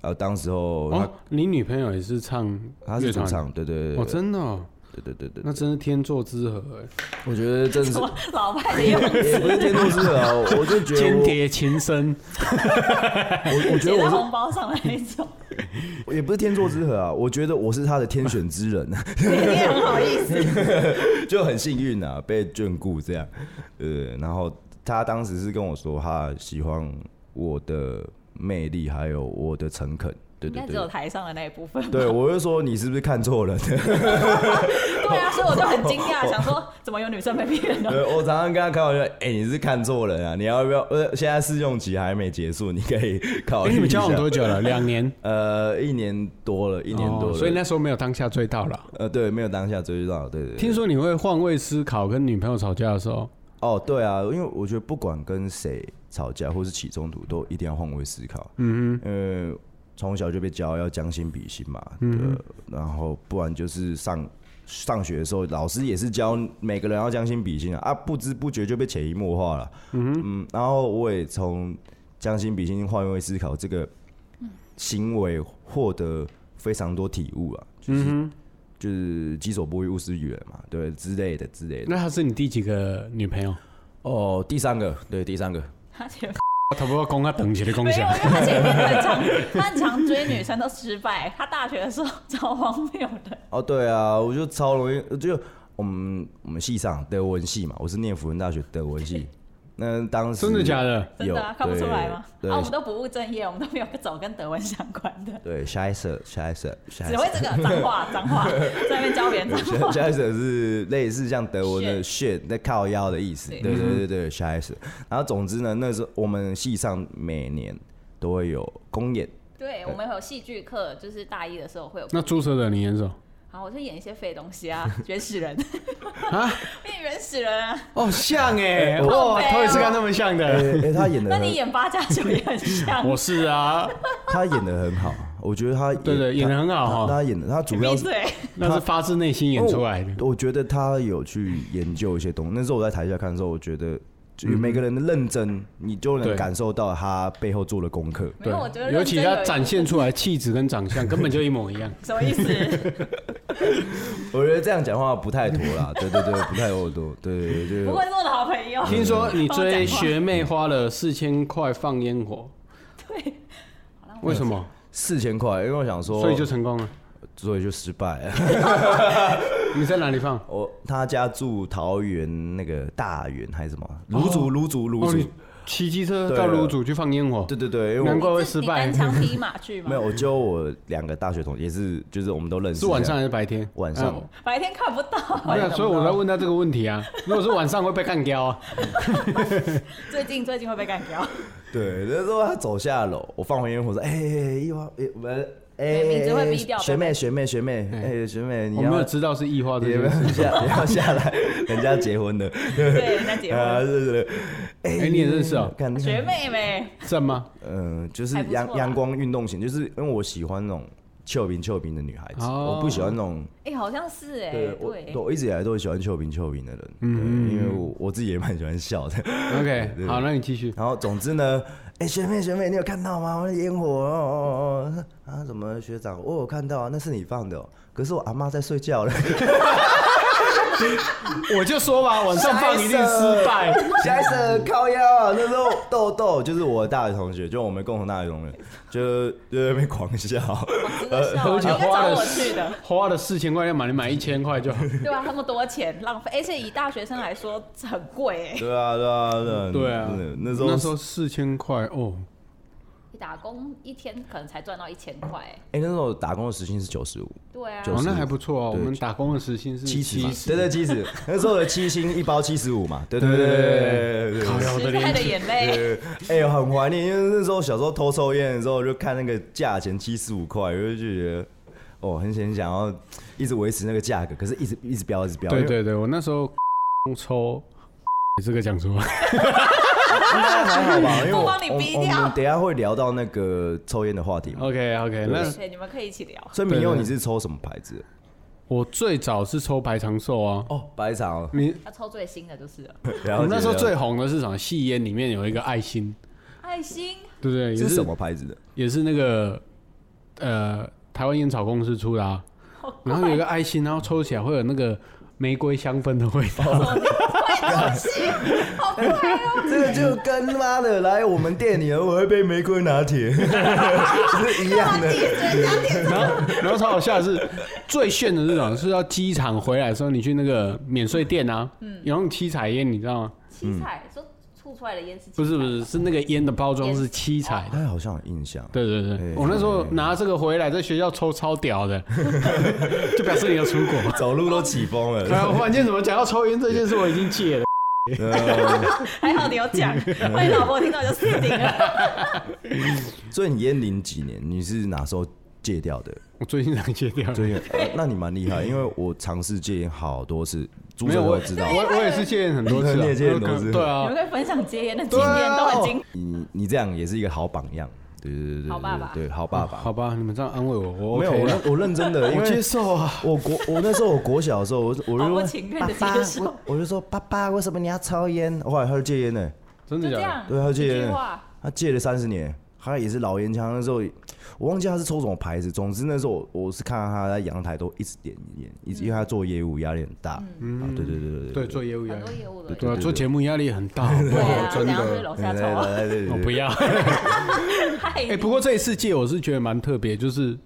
[SPEAKER 3] 呃，当时候他、
[SPEAKER 1] 哦，你女朋友也是唱
[SPEAKER 3] 他
[SPEAKER 1] 乐
[SPEAKER 3] 是主
[SPEAKER 1] 团？
[SPEAKER 3] 唱，对对
[SPEAKER 1] 哦，
[SPEAKER 3] 对
[SPEAKER 1] 真的哦，
[SPEAKER 3] 对对对对
[SPEAKER 1] 那
[SPEAKER 3] 对。
[SPEAKER 1] 真是天作之合，欸
[SPEAKER 3] 我觉得真是
[SPEAKER 2] 我老派的用
[SPEAKER 3] 也不是天作之合啊，我
[SPEAKER 1] [LAUGHS]
[SPEAKER 3] 就觉得
[SPEAKER 1] 间
[SPEAKER 3] 我
[SPEAKER 1] 谍情深。
[SPEAKER 3] 我我
[SPEAKER 2] 写
[SPEAKER 3] 觉得
[SPEAKER 2] 在
[SPEAKER 3] 我
[SPEAKER 2] 红包上的那一
[SPEAKER 3] [LAUGHS]
[SPEAKER 2] 种，
[SPEAKER 3] 是也不是天作之合啊，我觉得我是他的天选之人， [LAUGHS]
[SPEAKER 2] 你也很好意思。
[SPEAKER 3] 就很幸运啊，被眷顾这样。呃，然后他当时是跟我说，他喜欢我的魅力，还有我的诚恳。对
[SPEAKER 2] 应
[SPEAKER 3] 对
[SPEAKER 2] 该
[SPEAKER 3] 对
[SPEAKER 2] 只，有台上的那一部分。
[SPEAKER 3] [LAUGHS] 对，我就说你是不是看错 [LAUGHS] 人？
[SPEAKER 2] 对啊，所以我就很惊
[SPEAKER 3] [LAUGHS]
[SPEAKER 2] 讶，想说怎么有女生被骗呢？
[SPEAKER 3] 对，我常常跟他开玩笑，哎、你是看错人啊！你要不要？呃，现在试用期还没结束，你可以 [LAUGHS] 考
[SPEAKER 1] 哎，
[SPEAKER 3] 哦虑一下。
[SPEAKER 1] 你们交往多久了？两年，
[SPEAKER 3] 呃，一年多了，一年多了。
[SPEAKER 1] 哦所以那时候没有当下追到了。
[SPEAKER 3] 呃，对，没有当下追到，对对对。
[SPEAKER 1] 听说你会换位思考，跟女朋友吵架的时候，
[SPEAKER 3] 哦，对啊，因为我觉得不管跟谁吵架或是起冲突，都一定要换位思考。嗯哼，因为从小就被教要将心比心嘛，对，然后不然就是上上学的时候，老师也是教每个人要将心比心啊，啊，不知不觉就被潜移默化了。嗯嗯，然后我也从将心比心、换位思考这个行为获得非常多体悟啊，就是、就是己所不欲，勿施于人嘛，对之类的之类的。
[SPEAKER 1] 那她是你第几个女朋友？
[SPEAKER 3] 哦，第三个，对，第三个，
[SPEAKER 2] 他前面
[SPEAKER 1] 差不多公她等级的共
[SPEAKER 2] 没有，
[SPEAKER 1] 享
[SPEAKER 3] [LAUGHS]
[SPEAKER 2] 因为。他前面很常，他很常追女生都
[SPEAKER 3] [LAUGHS]
[SPEAKER 2] 失败。他大学的时候超荒谬的，
[SPEAKER 3] 哦，对啊，我就超容易，就我们我们系上德文系嘛，我是念辅仁大学德
[SPEAKER 1] [LAUGHS]
[SPEAKER 3] 文系。那当时
[SPEAKER 1] 真的假的？
[SPEAKER 2] 真的啊，
[SPEAKER 3] 有
[SPEAKER 2] 看不出来吗？
[SPEAKER 3] 对
[SPEAKER 2] 啊，我们都不务正业，我们都没有走跟德文相关
[SPEAKER 3] [LAUGHS]
[SPEAKER 2] 的， [LAUGHS]
[SPEAKER 3] 对，下一首，下一首，下一
[SPEAKER 2] 只
[SPEAKER 3] 首
[SPEAKER 2] 会。这个脏话，脏
[SPEAKER 3] [LAUGHS]
[SPEAKER 2] 话，在那边教别人脏话。
[SPEAKER 3] 下一首是类似像德文的 shit，那靠腰的意思。
[SPEAKER 2] 对
[SPEAKER 3] 对
[SPEAKER 1] 嗯
[SPEAKER 3] 对对对，下一首。然后总之呢，那时候我们系上每年都会有公
[SPEAKER 1] [LAUGHS]
[SPEAKER 3] 演， [LAUGHS]
[SPEAKER 2] 对，我们有戏剧课，就是大一的时候会有。
[SPEAKER 3] 嗯
[SPEAKER 1] 那注射的你演什么？
[SPEAKER 2] 好，我就演一些废东西啊，
[SPEAKER 3] [LAUGHS]
[SPEAKER 2] 原始人， [LAUGHS]
[SPEAKER 1] 啊，
[SPEAKER 2] 变原始人啊。
[SPEAKER 1] 哦，像哎、
[SPEAKER 3] 哎
[SPEAKER 2] 好
[SPEAKER 1] 哇，
[SPEAKER 2] 肥哦
[SPEAKER 1] 头一次看那么像的。
[SPEAKER 3] 哎、欸他演的
[SPEAKER 2] 那你演八加九也很
[SPEAKER 1] [LAUGHS]
[SPEAKER 2] 像，
[SPEAKER 1] 我是啊，
[SPEAKER 3] 他演的很好，我觉得他演
[SPEAKER 1] 对对演得很好哈
[SPEAKER 3] 他他演的他主要
[SPEAKER 2] 闭
[SPEAKER 3] 是
[SPEAKER 2] 嘴。
[SPEAKER 1] 那是发自内心演出来的。
[SPEAKER 3] 哦我。我觉得他有去研究一些东西。那时候我在台下看的时候，我觉得就
[SPEAKER 1] 嗯
[SPEAKER 3] 每个人的认真，你就能
[SPEAKER 1] 对
[SPEAKER 3] 感受到他背后做的功课。
[SPEAKER 1] 嗯
[SPEAKER 2] 没有，我觉得
[SPEAKER 1] 尤其
[SPEAKER 2] 认真
[SPEAKER 1] 他
[SPEAKER 2] 有一
[SPEAKER 1] 展现出来气质跟长相根本就一模一
[SPEAKER 3] [LAUGHS]
[SPEAKER 1] 样。
[SPEAKER 2] [LAUGHS] 什么
[SPEAKER 1] [LAUGHS]
[SPEAKER 2] 意思？
[SPEAKER 3] 我觉得这样讲话不太妥啦， [LAUGHS] 对对对，不太妥，对对对对。
[SPEAKER 2] 不会做的好朋友。
[SPEAKER 1] 听说
[SPEAKER 3] 嗯
[SPEAKER 1] 你
[SPEAKER 2] 帮我讲
[SPEAKER 1] 追
[SPEAKER 2] 话
[SPEAKER 1] 学妹花了四千块放烟火，
[SPEAKER 2] 对，
[SPEAKER 1] 为什么？
[SPEAKER 3] 四千块，因为我想说，
[SPEAKER 1] 所以就成功了。
[SPEAKER 3] 所以就失败 [LAUGHS] 了。
[SPEAKER 1] 你在哪里放？
[SPEAKER 3] 我他家住桃园那个大园还是什么芦竹芦竹芦
[SPEAKER 1] 哦，
[SPEAKER 3] 竹
[SPEAKER 1] 你，骑机车
[SPEAKER 3] 对啊
[SPEAKER 1] 到卤煮去放烟火，
[SPEAKER 3] 对对对，因为
[SPEAKER 1] 难
[SPEAKER 3] 我
[SPEAKER 1] 怪会失败
[SPEAKER 2] 你单。枪匹马去吗？
[SPEAKER 3] 没有，我揪我两个大学同学，也是就是我们都认识，
[SPEAKER 1] 是晚上还是白天？
[SPEAKER 3] 晚上
[SPEAKER 1] 啊
[SPEAKER 2] 白天看不到。
[SPEAKER 1] 对啊，所以我在问他这个问题啊。如果是晚上会被干掉啊，
[SPEAKER 2] 最近最近会被干
[SPEAKER 1] [LAUGHS]
[SPEAKER 2] 掉，
[SPEAKER 3] 对，那时候他走下楼，我放完烟火说：“哎、一花，哎、我们哎、
[SPEAKER 2] 名字会逼掉
[SPEAKER 3] 学
[SPEAKER 2] 拜
[SPEAKER 3] 妹，
[SPEAKER 2] 拜
[SPEAKER 3] 学妹，学妹，哎、学妹， [LAUGHS]
[SPEAKER 1] 嗯
[SPEAKER 3] 你
[SPEAKER 1] 我没
[SPEAKER 3] 要
[SPEAKER 1] 有知道是异化这
[SPEAKER 3] 你要
[SPEAKER 1] 件
[SPEAKER 3] 不要
[SPEAKER 1] 事。
[SPEAKER 3] 下，你要下来，人家结婚了，
[SPEAKER 2] 对，人家结婚。
[SPEAKER 3] 啊，
[SPEAKER 1] 呃
[SPEAKER 3] 是不是？哎、
[SPEAKER 1] 哎你也认识哦
[SPEAKER 3] 看
[SPEAKER 2] 学，妹妹，
[SPEAKER 1] 正
[SPEAKER 3] [LAUGHS]
[SPEAKER 1] 吗？
[SPEAKER 3] 嗯、就是
[SPEAKER 2] 还不错
[SPEAKER 3] 阳
[SPEAKER 2] 啦
[SPEAKER 3] 阳光运动型，就是因为我喜欢那种俏皮俏皮的女孩子，
[SPEAKER 1] 哦
[SPEAKER 3] 我不喜欢那种。”
[SPEAKER 2] 哎，好像是哎，
[SPEAKER 3] 对，我
[SPEAKER 2] 对
[SPEAKER 3] 对，我一直以来都很喜欢俏皮俏皮的人，
[SPEAKER 1] 嗯
[SPEAKER 3] 对，因为我我自己也蛮喜欢笑的，
[SPEAKER 1] OK，好，那你继续。
[SPEAKER 3] 然后总之呢，哎、学妹学妹，你有看到吗？我的烟火哦哦哦啊，怎么学长，我有看到啊，那是你放的、哦，可是我阿妈在睡觉了。
[SPEAKER 1] 我就说吧，晚上放一定失败。
[SPEAKER 3] 下一首靠腰啊，那时候豆豆就是我的大学同学，就我们共同大学同学，就就在那边狂笑。
[SPEAKER 2] 我真的
[SPEAKER 1] 呃
[SPEAKER 2] 笑了，
[SPEAKER 1] 而
[SPEAKER 2] 你
[SPEAKER 1] 且
[SPEAKER 2] 哦应该
[SPEAKER 1] 花
[SPEAKER 2] 找
[SPEAKER 1] 了
[SPEAKER 2] 我去的。
[SPEAKER 1] 花了四千块要买，你买一千块
[SPEAKER 3] [LAUGHS]
[SPEAKER 1] 就好。
[SPEAKER 2] 对啊，那么多钱浪费，而且以大学生来说很贵哎、
[SPEAKER 3] 对啊对啊对啊
[SPEAKER 1] 对啊
[SPEAKER 3] 真的，那时候
[SPEAKER 1] 那时候四千块哦，
[SPEAKER 2] 你打工一天可能才赚到一千块、哎
[SPEAKER 3] 哎、那时候打工的时薪是九十五，
[SPEAKER 2] 对啊，
[SPEAKER 3] 就
[SPEAKER 1] 哦
[SPEAKER 3] 是
[SPEAKER 1] 那还不错哦。我
[SPEAKER 3] 对
[SPEAKER 1] 们打工的时薪是
[SPEAKER 3] 七十嘛，
[SPEAKER 1] 十
[SPEAKER 3] 对，对七十，那时候的七薪一包七十五嘛，对对
[SPEAKER 1] 对
[SPEAKER 3] 对
[SPEAKER 1] 对
[SPEAKER 3] 对
[SPEAKER 1] 对
[SPEAKER 3] 对
[SPEAKER 1] 对
[SPEAKER 3] 对对
[SPEAKER 1] 对，。靠腰
[SPEAKER 2] 时
[SPEAKER 1] 的
[SPEAKER 2] 代
[SPEAKER 1] 脸
[SPEAKER 2] 的眼泪，
[SPEAKER 3] 对， [LAUGHS] 哎、很怀念，因为那时候小时候偷抽烟的时候，就看那个价钱七十五块，我就觉得，哦，很很想要一直维持那个价格，可是一直一直飙，一直飙。
[SPEAKER 1] 对对对，我那时候 [LAUGHS] 抽， [LAUGHS] 这个讲 [LAUGHS] 出来，
[SPEAKER 3] 应该还好吧，
[SPEAKER 2] [LAUGHS]
[SPEAKER 3] 因为我
[SPEAKER 2] 不帮你逼
[SPEAKER 3] 我我
[SPEAKER 2] 掉
[SPEAKER 3] 们等一下会聊到那个抽烟的话题嘛。
[SPEAKER 1] OK OK，那
[SPEAKER 2] 对，哎你们可以一起聊。
[SPEAKER 3] 所以明佑
[SPEAKER 1] 对对
[SPEAKER 3] 你是抽什么牌子的？
[SPEAKER 1] 我最早是抽白长寿啊。
[SPEAKER 3] 哦，白茶哦。
[SPEAKER 1] 你
[SPEAKER 2] 要抽最新的就是
[SPEAKER 1] [LAUGHS]
[SPEAKER 2] 了
[SPEAKER 3] 然
[SPEAKER 1] 我们
[SPEAKER 3] 后
[SPEAKER 1] 那时候最红的是什么？细烟里面有一个爱心，
[SPEAKER 2] 爱
[SPEAKER 1] [LAUGHS]
[SPEAKER 2] 心，
[SPEAKER 1] 对不对？也
[SPEAKER 3] 是什么牌子的？
[SPEAKER 1] 也是那个呃台湾烟草公司出的啊。然后有一个爱心，然后抽起来会有那个玫瑰香氛的味道。
[SPEAKER 2] 好贵哦、
[SPEAKER 3] 这个就跟妈的来我们店里，我会杯玫瑰拿铁 [LAUGHS] 是一样的。
[SPEAKER 1] 然后， [LAUGHS] 然后超好笑的是，最炫的这种是到机场回来的时候，你去那个免税店啊，有那种七彩烟，你知道吗？
[SPEAKER 2] 七彩说吐出来的烟是七彩
[SPEAKER 1] 嗯不是不是，是那个烟的包装是七彩
[SPEAKER 3] [LAUGHS]
[SPEAKER 1] 的。
[SPEAKER 3] 哎，好像有印象。
[SPEAKER 1] 对对
[SPEAKER 3] 哎
[SPEAKER 1] 对，我那时候拿这个回来，在学校抽超屌的， [LAUGHS] 就表示你要出国。
[SPEAKER 3] 走路都起风了。
[SPEAKER 1] 然后忽然间怎么讲到抽烟这件事，我已经戒了。
[SPEAKER 2] [LAUGHS] 还好你
[SPEAKER 1] [LAUGHS]
[SPEAKER 2] 有讲，万一老婆听到就死定了。
[SPEAKER 3] 所以你烟龄几年？你是哪时候戒掉
[SPEAKER 1] [LAUGHS]
[SPEAKER 3] 的？
[SPEAKER 1] 我最近才戒掉。
[SPEAKER 3] 对，呃那你蛮厉害，因为我尝试戒烟好多次，朱
[SPEAKER 1] 没
[SPEAKER 3] 哲
[SPEAKER 1] 有
[SPEAKER 3] 我
[SPEAKER 1] 我 [LAUGHS]
[SPEAKER 3] 知道。
[SPEAKER 1] 我我也是戒烟很多次
[SPEAKER 3] 你
[SPEAKER 1] 啊，
[SPEAKER 3] 也戒烟很多
[SPEAKER 1] [LAUGHS]
[SPEAKER 3] 次
[SPEAKER 1] 对
[SPEAKER 2] 你
[SPEAKER 1] 啊
[SPEAKER 2] 们，可以分享戒烟的经
[SPEAKER 1] 对啊
[SPEAKER 2] 验，都很精。
[SPEAKER 3] 哦你你这样也是一个好榜样，对对
[SPEAKER 1] 啊
[SPEAKER 3] 对对对，
[SPEAKER 2] 好爸爸
[SPEAKER 3] 对好爸爸。
[SPEAKER 1] 好吧，你们这样安慰我，我
[SPEAKER 3] 没有，
[SPEAKER 1] 嗯 OK
[SPEAKER 3] 我
[SPEAKER 1] 了
[SPEAKER 3] 认我认
[SPEAKER 1] [LAUGHS]
[SPEAKER 3] 真的，因
[SPEAKER 1] 我接
[SPEAKER 3] 为
[SPEAKER 1] 受啊。哦
[SPEAKER 3] 我国我那时候我国小的时候，我我就
[SPEAKER 2] 好不
[SPEAKER 3] 问
[SPEAKER 2] 情愿
[SPEAKER 3] 爸
[SPEAKER 2] 地
[SPEAKER 3] 爸
[SPEAKER 2] 接，受
[SPEAKER 3] 我我就说爸爸，为什么你要抽烟？后来他就戒烟呢，
[SPEAKER 1] 真
[SPEAKER 2] 就
[SPEAKER 1] 的
[SPEAKER 2] 这
[SPEAKER 1] 假
[SPEAKER 2] 样，
[SPEAKER 3] 对，他啊就
[SPEAKER 2] 一
[SPEAKER 3] 戒
[SPEAKER 2] 句
[SPEAKER 3] 烟
[SPEAKER 2] 话
[SPEAKER 3] 了，，他戒了三十年。他也是老烟枪，那时候我忘记他是抽什么牌子。总之那时候我我是看到他在阳台都一直点烟，一直因为他做业务压力很大。嗯，对对对对
[SPEAKER 1] 的？对，做业务员
[SPEAKER 2] 很。多业务的。
[SPEAKER 1] 对啊，做节目压力很大，好不
[SPEAKER 2] 对
[SPEAKER 1] 好
[SPEAKER 2] 啊，
[SPEAKER 1] 真
[SPEAKER 2] 等一下去
[SPEAKER 1] 的。
[SPEAKER 2] 楼下抽啊，
[SPEAKER 3] 对对
[SPEAKER 1] 我不要。
[SPEAKER 2] 太
[SPEAKER 1] 哎，不过这一次戒，我是觉得蛮特别，就是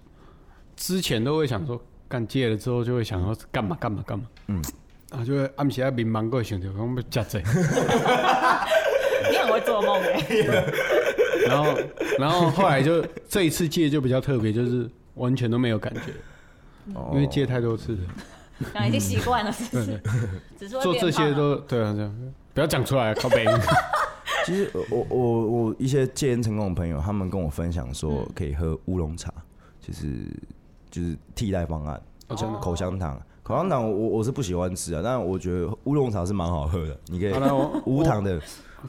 [SPEAKER 1] 之前都会想说，干戒了之后就会想要干嘛干嘛干嘛。嗯，啊，就会暗时啊迷茫过想着讲要食济，
[SPEAKER 2] 你很会做梦
[SPEAKER 1] 嗯
[SPEAKER 2] 哎，
[SPEAKER 1] 然后然后后来就这一次戒就比较特别，就是完全都没有感觉，因为戒太多次了，
[SPEAKER 2] 然后已经习惯了，是不
[SPEAKER 1] 对
[SPEAKER 2] 是
[SPEAKER 1] [LAUGHS] 对？
[SPEAKER 2] 只是会
[SPEAKER 1] 做
[SPEAKER 2] 变
[SPEAKER 1] 这些
[SPEAKER 2] 胖啊
[SPEAKER 1] 都对啊，这样不要讲出来，靠背。
[SPEAKER 3] 其实呃我我我一些戒烟成功的朋友，他们跟我分享说可以喝乌龙茶，就是就是替代方案。
[SPEAKER 1] 哦真的
[SPEAKER 3] 口香糖，口香糖我我是不喜欢吃啊，但我觉得乌龙茶是蛮好喝的，你可以
[SPEAKER 1] 好了我
[SPEAKER 3] [LAUGHS] 无糖的。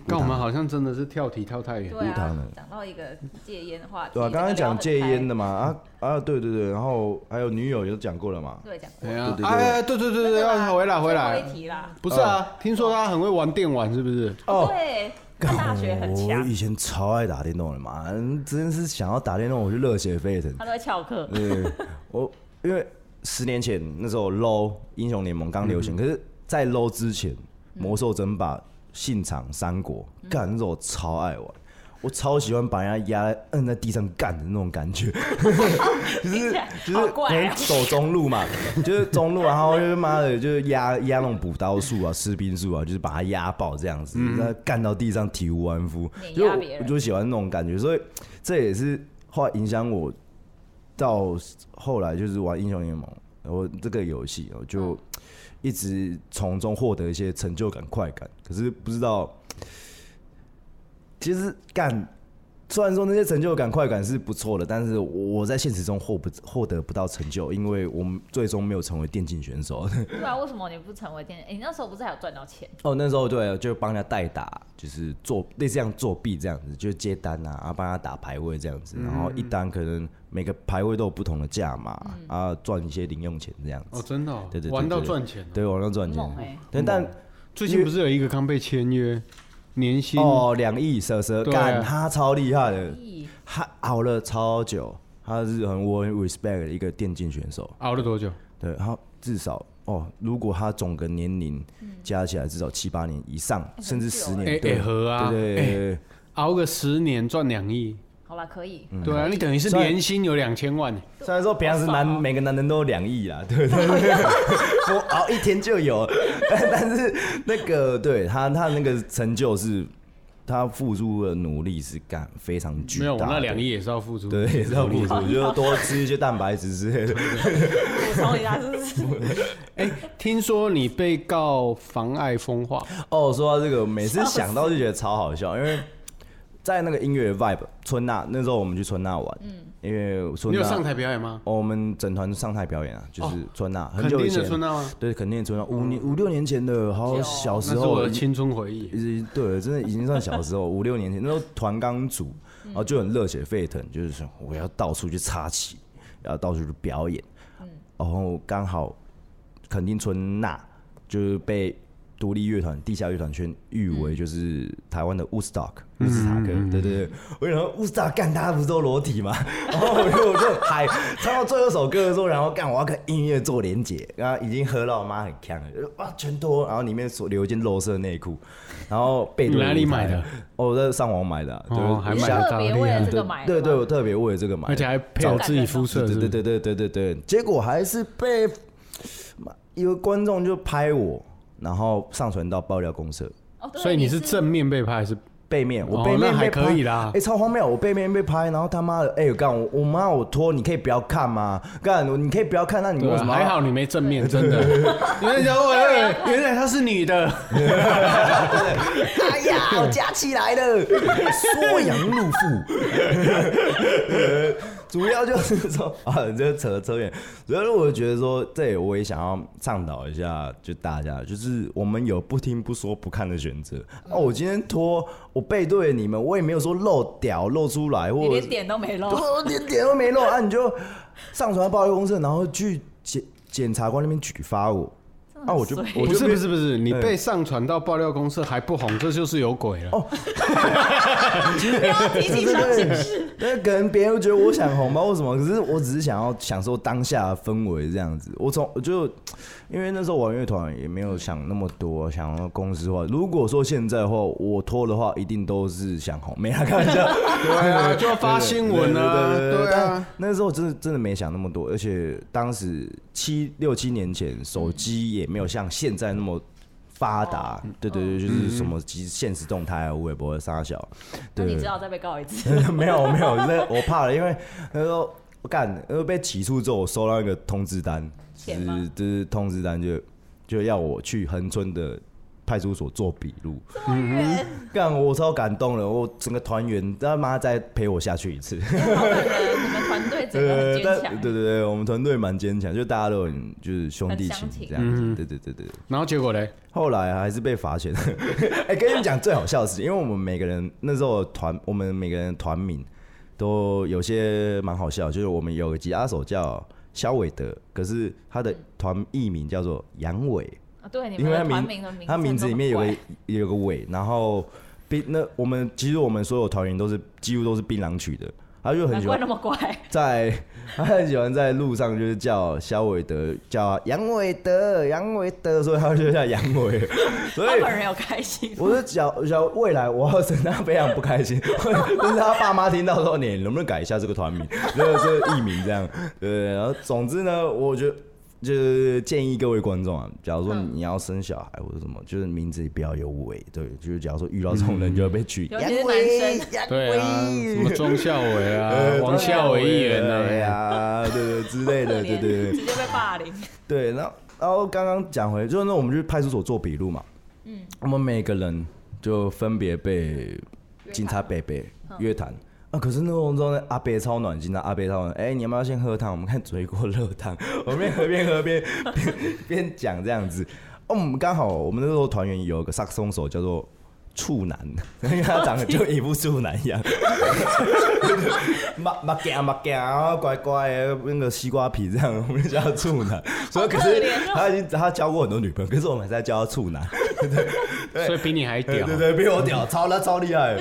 [SPEAKER 1] 但我们好像真的是跳题跳太远，
[SPEAKER 2] 对
[SPEAKER 3] 无糖
[SPEAKER 2] 啊
[SPEAKER 3] 的，
[SPEAKER 2] 讲到一个戒烟的话题，
[SPEAKER 3] 对啊，
[SPEAKER 2] 这个
[SPEAKER 3] 刚刚
[SPEAKER 2] 聊
[SPEAKER 3] 讲
[SPEAKER 2] 很
[SPEAKER 3] 戒
[SPEAKER 2] 开
[SPEAKER 3] 烟的，嘛，啊啊，对对对，然后还有女友也都讲过了嘛，
[SPEAKER 2] 对，讲过
[SPEAKER 1] 哎呀
[SPEAKER 3] 对对，对
[SPEAKER 1] 哎，对对对对，要回来回
[SPEAKER 2] 最后
[SPEAKER 1] 来
[SPEAKER 2] 一，题啦。
[SPEAKER 1] 不是啊，听说他很会玩电玩，是不是？
[SPEAKER 3] 哦
[SPEAKER 2] 对，他大学很
[SPEAKER 3] 我
[SPEAKER 2] 强
[SPEAKER 3] 以，前超爱打电动的嘛，嗯真是想要打电动我就热血沸腾。
[SPEAKER 2] 他都会翘课。
[SPEAKER 3] 对，我因为十年前那时候 LO 英雄联盟刚流行，
[SPEAKER 2] 嗯
[SPEAKER 3] 可是，在 LO 之前，魔兽争霸、信长、三国，
[SPEAKER 2] 嗯
[SPEAKER 3] 干那时候我超爱玩，我超喜欢把人家压摁在地上干的那种感
[SPEAKER 2] [LAUGHS]
[SPEAKER 3] 觉，就是就
[SPEAKER 2] 好
[SPEAKER 3] 是
[SPEAKER 2] 怪啊
[SPEAKER 3] 走中路嘛， [LAUGHS] 就是中路，然后就是妈的，就是压压那种补刀术啊、士兵术啊，就是把他压爆这样子，
[SPEAKER 2] 嗯
[SPEAKER 3] 那干到地上体无完肤，
[SPEAKER 2] 碾
[SPEAKER 3] 就
[SPEAKER 2] 压
[SPEAKER 3] 我
[SPEAKER 2] 别人
[SPEAKER 3] 我就喜欢那种感觉，所以这也是后来影响我到后来就是玩英雄联盟，我这个游戏我
[SPEAKER 2] 嗯
[SPEAKER 3] 就一直从中获得一些成就感、快感。可是不知道，其实干，虽然说那些成就感、快感是不错的，但是我在现实中获不获得不到成就，因为我们最终没有成为电竞选手。
[SPEAKER 2] 对啊，为什么你不成为电竞？哎，你那时候不是还有赚到钱？
[SPEAKER 3] 哦，那时候对，就帮人家代打，就是做类似这样作弊这样子，就接单啊，啊帮他打排位这样子，然后一
[SPEAKER 1] 嗯
[SPEAKER 3] 单可能每个排位都有不同的价码，啊赚一些零用钱这样
[SPEAKER 1] 哦，
[SPEAKER 3] 子，
[SPEAKER 1] 真的哦
[SPEAKER 3] 对对对，
[SPEAKER 1] 玩到
[SPEAKER 3] 对对
[SPEAKER 1] 赚钱哦。
[SPEAKER 3] 对，网上赚
[SPEAKER 2] 很猛欸
[SPEAKER 3] 钱，对，但
[SPEAKER 1] 最近不是有一个刚被签约，年薪
[SPEAKER 3] 哦两亿蛇蛇
[SPEAKER 1] 对啊
[SPEAKER 3] 干他超厉害的，
[SPEAKER 2] 咦，
[SPEAKER 3] 他熬了超久，他是很我很 respect 的一个电竞选手，
[SPEAKER 1] 熬了多久？
[SPEAKER 3] 对，他至少哦，如果他总个年龄加起来至少七八年以上，甚至
[SPEAKER 2] 久
[SPEAKER 3] 十
[SPEAKER 2] 嗯欸
[SPEAKER 3] 年
[SPEAKER 1] 哎，
[SPEAKER 3] 对
[SPEAKER 1] 哎和啊，
[SPEAKER 3] 对对对对。对
[SPEAKER 1] 熬个十年赚两亿，
[SPEAKER 2] 好了，可以，
[SPEAKER 1] 对啊，你等于是
[SPEAKER 3] 所以
[SPEAKER 1] 年薪有两千万，
[SPEAKER 3] 虽然说平常是男
[SPEAKER 2] 好爽哦
[SPEAKER 3] 每个男人都有两亿啦， [LAUGHS] 对不对？
[SPEAKER 2] [LAUGHS]
[SPEAKER 3] 我熬一天就有， [LAUGHS] 但但是那个对他他那个成就是，他付出的努力是干非常巨大的。
[SPEAKER 1] 没有，我那两亿也是要付出，
[SPEAKER 3] 对
[SPEAKER 1] [LAUGHS]
[SPEAKER 3] 也是要付出，就是多吃一些蛋白质之类的。
[SPEAKER 2] 补充一下，是不是？
[SPEAKER 3] [LAUGHS]
[SPEAKER 1] 哎，听说你被告妨碍风化，
[SPEAKER 3] 哦，说到这个，每次想到就觉得超好笑，因为在那个音乐 vibe 春娜那时候我们去春娜玩，嗯，因为春
[SPEAKER 1] 你有
[SPEAKER 3] 娜
[SPEAKER 1] 上台表演吗？
[SPEAKER 3] 哦我们整团上台表演啊，就是春娜，很
[SPEAKER 1] 肯
[SPEAKER 3] 久以
[SPEAKER 1] 定
[SPEAKER 3] 前
[SPEAKER 1] 的春娜吗？
[SPEAKER 3] 对，肯定存到五年五六年前的，好
[SPEAKER 2] 久哦
[SPEAKER 3] 小
[SPEAKER 1] 嗯那
[SPEAKER 3] 时
[SPEAKER 1] 是我
[SPEAKER 3] 候
[SPEAKER 1] 的
[SPEAKER 3] 已
[SPEAKER 1] 青春回忆。
[SPEAKER 3] 已对，真的已经算小时候，五六年前那时候团刚组，
[SPEAKER 1] 嗯
[SPEAKER 3] 然后就很热血沸腾，就是说我要到处去插旗，然后到处去表演，
[SPEAKER 1] 嗯
[SPEAKER 3] 然后刚好肯定春娜就是被独立乐团、地下乐团圈誉为
[SPEAKER 1] 嗯
[SPEAKER 3] 就是台湾的 Woodstock 乌斯塔克，对对对，我想说 Woodstock 干大家不是都裸
[SPEAKER 1] [LAUGHS]
[SPEAKER 3] 体吗？然后我就我就很嗨，唱到最后一首歌的时候，然后干我要跟音乐做连结，然后已经喝到我妈很呛了，就说哇全脱，然后里面所留一件肉色内裤，然后背对
[SPEAKER 1] 你哪里
[SPEAKER 3] 舞台
[SPEAKER 1] 买的？
[SPEAKER 3] 哦，我在上网买的啊，对，
[SPEAKER 1] 哦还
[SPEAKER 2] 你是
[SPEAKER 1] 买到
[SPEAKER 2] 特别为了这
[SPEAKER 3] 对
[SPEAKER 2] 个买的
[SPEAKER 3] 对
[SPEAKER 2] 吗，
[SPEAKER 3] 对，我特别为了这个买的，
[SPEAKER 1] 而且还配合自己肤色，
[SPEAKER 3] 对
[SPEAKER 1] 是不
[SPEAKER 3] 对
[SPEAKER 1] 是
[SPEAKER 3] 对对对对对对，结果还是被妈有观众就拍我，然后上传到爆料公社
[SPEAKER 2] 哦，对
[SPEAKER 1] 所以你是正面被拍还是？
[SPEAKER 3] 背面，我
[SPEAKER 1] 哦
[SPEAKER 3] 背面
[SPEAKER 1] 那还
[SPEAKER 3] 被拍
[SPEAKER 1] 可以啦
[SPEAKER 3] 哎、超荒谬，我背面被拍，然后他妈的，哎、干我我妈我脱，你可以不要看吗？干你可以不要看，那你
[SPEAKER 1] 对
[SPEAKER 3] 为
[SPEAKER 1] 啊，
[SPEAKER 3] 什么要
[SPEAKER 1] 还好你没正面，真 [LAUGHS] 的。原来想喂喂，原来她是女的，
[SPEAKER 3] 哎呀，我夹起来了，缩阳入腹。主要就是说啊，这扯扯远。主要是我觉得说，这也我也想要倡导一下，就大家，就是我们有不听不说不看的选择。啊，我今天脱，我背对你们，我也没有说露屌露出来，
[SPEAKER 2] 你
[SPEAKER 3] 或者
[SPEAKER 2] 连点哦都没露，
[SPEAKER 3] 我连点都没露啊，你就上传到暴力公社，然后去检检察官那边举发我。啊，我就
[SPEAKER 2] 真的很
[SPEAKER 3] 我
[SPEAKER 1] 不
[SPEAKER 3] 就是被
[SPEAKER 1] 不是不是，你被上传到爆料公社还不红，这就是有鬼了。
[SPEAKER 3] 哦
[SPEAKER 2] 标题性伤心事。
[SPEAKER 3] 那可能别人会觉得我想红吧，为什么？可是我只是想要享受当下的氛围这样子。我从我就因为那时候玩乐团也没有想那么多，想要公司化。如果说现在的话，我脱的话，一定都是想红，没啦，开玩笑。
[SPEAKER 1] 对啊， [LAUGHS] 就要发新闻啊，
[SPEAKER 3] 对
[SPEAKER 1] 对啊。
[SPEAKER 3] 但那时候真的真的没想那么多，而且当时七六七年前，手机也没有像现在那么发达。对对对，就是什么即现实动态啊、微博、沙小。
[SPEAKER 2] 那
[SPEAKER 3] 对
[SPEAKER 2] 你
[SPEAKER 3] 对
[SPEAKER 2] 知
[SPEAKER 3] 对
[SPEAKER 2] 道再被告一次，
[SPEAKER 3] [LAUGHS] 没有没有，
[SPEAKER 2] [LAUGHS]
[SPEAKER 3] 那我怕了，因为那时候我干，因为被起诉之后，我收到一个通知单，就
[SPEAKER 2] 钱吗
[SPEAKER 3] 是就是通知单就就要我去恒春的派出所做笔
[SPEAKER 2] [LAUGHS]
[SPEAKER 3] 录，
[SPEAKER 2] 这么远，
[SPEAKER 3] 干我超感动了，我整个团员他妈再陪我下去一次，
[SPEAKER 2] 好感人，你们团队真的很
[SPEAKER 3] 对
[SPEAKER 2] 坚
[SPEAKER 3] [LAUGHS] 但
[SPEAKER 2] 强。
[SPEAKER 3] 对对对，我们团队蛮坚强，就大家都很就是兄弟
[SPEAKER 2] 很相
[SPEAKER 3] 情
[SPEAKER 2] 挺
[SPEAKER 3] 这样子，对对对对。
[SPEAKER 1] 然后结果嘞，
[SPEAKER 3] 后来还是被罚钱。 [LAUGHS] 哎、跟你们讲最好笑的事情，因为我们每个人那时候的团，我们每个人的团名都有些蛮好笑，就是我们有个吉他手叫肖伟德，可是他的团艺名叫做杨伟，
[SPEAKER 2] 啊对，你
[SPEAKER 3] 因
[SPEAKER 2] 们
[SPEAKER 3] 为
[SPEAKER 2] 的
[SPEAKER 3] 他
[SPEAKER 2] 团
[SPEAKER 3] 名
[SPEAKER 2] 名的名，
[SPEAKER 3] 他名字里面有个
[SPEAKER 2] 个，
[SPEAKER 3] 有个伟，然后槟那我们其实我们所有团员都是几乎都是槟榔曲的，他就很
[SPEAKER 2] 难
[SPEAKER 3] 喜
[SPEAKER 2] 怪
[SPEAKER 3] 欢
[SPEAKER 2] 那么乖。
[SPEAKER 3] 在 [LAUGHS] 他很喜欢在路上就是叫肖伟德，叫杨伟德，杨伟德，所以他就叫杨伟。所
[SPEAKER 2] 他
[SPEAKER 3] 以
[SPEAKER 2] 本人有开心吗，
[SPEAKER 3] 我是想想未来我要真的非常不开心， [LAUGHS] 但是他爸妈听到说你能不能改一下这个团名，就是这个艺名这样，对对。对然后总之呢，我觉得。就是建议各位观众啊，假如说你要生小孩或者什么，就是名字不要有伟，对，就是假如说遇到这种人就要被取
[SPEAKER 2] 尤其是
[SPEAKER 3] 杨伟
[SPEAKER 2] 嗯男生
[SPEAKER 3] 杨
[SPEAKER 1] 对啊，
[SPEAKER 3] 伟
[SPEAKER 1] 什么庄孝伟啊
[SPEAKER 3] 呃，
[SPEAKER 1] 王孝伟议员
[SPEAKER 3] 对
[SPEAKER 1] 啊，
[SPEAKER 3] 呀，对对之类
[SPEAKER 2] 可
[SPEAKER 3] 的，对
[SPEAKER 2] 怜
[SPEAKER 3] 对对
[SPEAKER 2] 直接被霸凌。
[SPEAKER 3] 对。然后然后刚刚讲回，就是那我们去派出所做笔录嘛，嗯，我们每个人就分别被警察伯伯约谈。啊！可是那种中阿伯超暖心的，阿伯超暖。哎、你要不要先喝汤？我们看水果热
[SPEAKER 2] [LAUGHS]
[SPEAKER 3] 汤，我们边喝边喝边 [LAUGHS] 边边讲这样子。哦，我们刚好我们那时候团员有个萨克斯风手叫做处男，因为他长得就一副处男
[SPEAKER 2] [LAUGHS]
[SPEAKER 3] 一样。目目镜目镜，然后乖乖的那个西瓜皮这样，我们就叫他处男。所以可
[SPEAKER 2] 好可
[SPEAKER 3] 是
[SPEAKER 2] 怜哦
[SPEAKER 3] 他已经他交过很多女朋友，可是我们还是在叫他处男。
[SPEAKER 1] 所以比你还
[SPEAKER 3] [LAUGHS] 对
[SPEAKER 1] 屌
[SPEAKER 3] 对。对，比我
[SPEAKER 2] [LAUGHS]
[SPEAKER 3] 屌，超他超厉害的。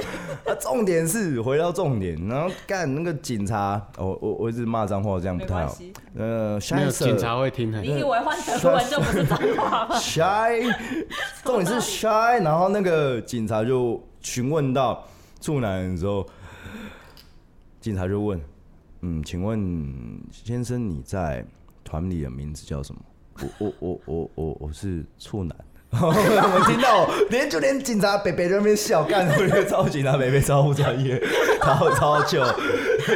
[SPEAKER 3] 啊，重点是回到重点，然后干那个警察，哦我我我一直骂脏话，这样不太
[SPEAKER 2] 没
[SPEAKER 3] 好
[SPEAKER 2] 关系。
[SPEAKER 3] 呃，
[SPEAKER 1] 没有
[SPEAKER 3] shy sir，
[SPEAKER 1] 警察会听的，
[SPEAKER 2] 你以为换德文就不是脏话吗？
[SPEAKER 3] [LAUGHS] shy，重点是 shy，然后那个警察就询问到处男人之后，警察就问，嗯，请问先生你在团里的名字叫什么？我我我我我我是处男。我听到，连就连警察北北在那边笑，干我觉得超警察北北超不专业，超超糗，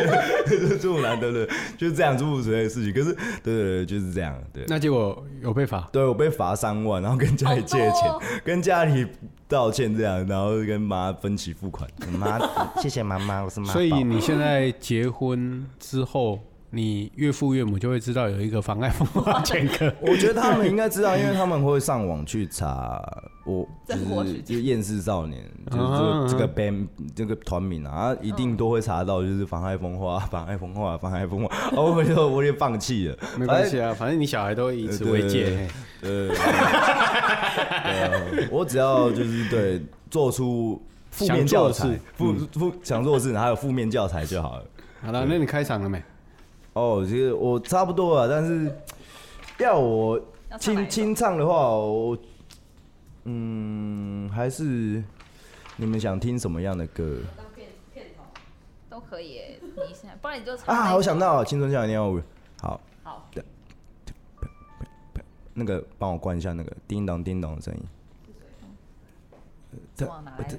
[SPEAKER 3] [LAUGHS] 处男对不对？就是这样诸如此类的事情。可是，对对对，就是这样，对。
[SPEAKER 1] 那结果有被罚。
[SPEAKER 3] 对我被罚三万，然后跟家里借
[SPEAKER 2] 好
[SPEAKER 3] 钱，
[SPEAKER 2] 多哦
[SPEAKER 3] [LAUGHS] 跟家里道歉这样，然后跟妈分期付款。妈，谢谢妈妈，我是妈
[SPEAKER 1] 所以你现在结婚之后，你岳父岳母就会知道有一个妨碍风化
[SPEAKER 3] [LAUGHS]。
[SPEAKER 1] 前科
[SPEAKER 3] 我觉得他们应该知道，因为他们会上网去查我，就
[SPEAKER 2] 真我
[SPEAKER 3] 是
[SPEAKER 2] 是
[SPEAKER 3] 就是厌世少年，就是这
[SPEAKER 1] 啊
[SPEAKER 3] 个这个 band 这个团名啊，一定都会查到，就是妨碍风化，妨碍风化，妨碍风化。 [LAUGHS] 然后我就我也放弃了，
[SPEAKER 1] 没关系啊，反正你小孩都以此为
[SPEAKER 3] 对
[SPEAKER 1] 戒。
[SPEAKER 3] 呃，对啊我只要就是对做出负面教
[SPEAKER 1] 想
[SPEAKER 3] 材
[SPEAKER 1] 做的事，
[SPEAKER 3] 负负想做的事，还有负面教材就好了。
[SPEAKER 1] 好了，那你开场了没？
[SPEAKER 3] 哦，其实我差不多了，但是要我
[SPEAKER 2] 要唱哪一
[SPEAKER 3] 清
[SPEAKER 2] 首
[SPEAKER 3] 清唱的话，我嗯还是你们想听什么样的歌
[SPEAKER 2] 都可以耶，你现在，不然你就唱那
[SPEAKER 3] 啊？
[SPEAKER 2] 个
[SPEAKER 3] 我想到《青春校园恋爱物语》，好，
[SPEAKER 2] 好，
[SPEAKER 3] 那个帮我关一下那个叮咚叮咚的声音。这
[SPEAKER 2] 往哪来的？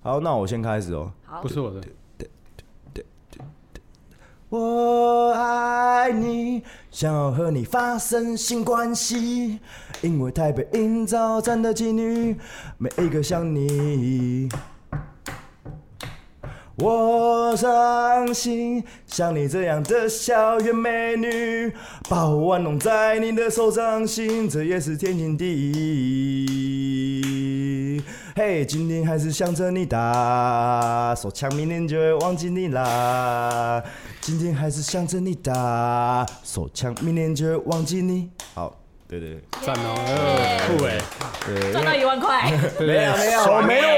[SPEAKER 3] 好，那我先开始哦。
[SPEAKER 2] 好
[SPEAKER 1] 不，是我的，
[SPEAKER 3] 我爱你，想要和你发生性关系，因为台北营造站的妓女，每一个像你。我伤心，像你这样的校园美女，把我玩弄在你的手掌心，这也是天经地义。嘿，今天还是想着你打，手枪明天就会忘记你啦。今天还是想着你打，手枪明天就会忘记你。好，对对对
[SPEAKER 1] 赞哦，呃酷哎，
[SPEAKER 3] 对，
[SPEAKER 2] 赚到一万块， [LAUGHS]
[SPEAKER 1] 对不
[SPEAKER 3] 没
[SPEAKER 1] 对
[SPEAKER 3] 有没有，我没有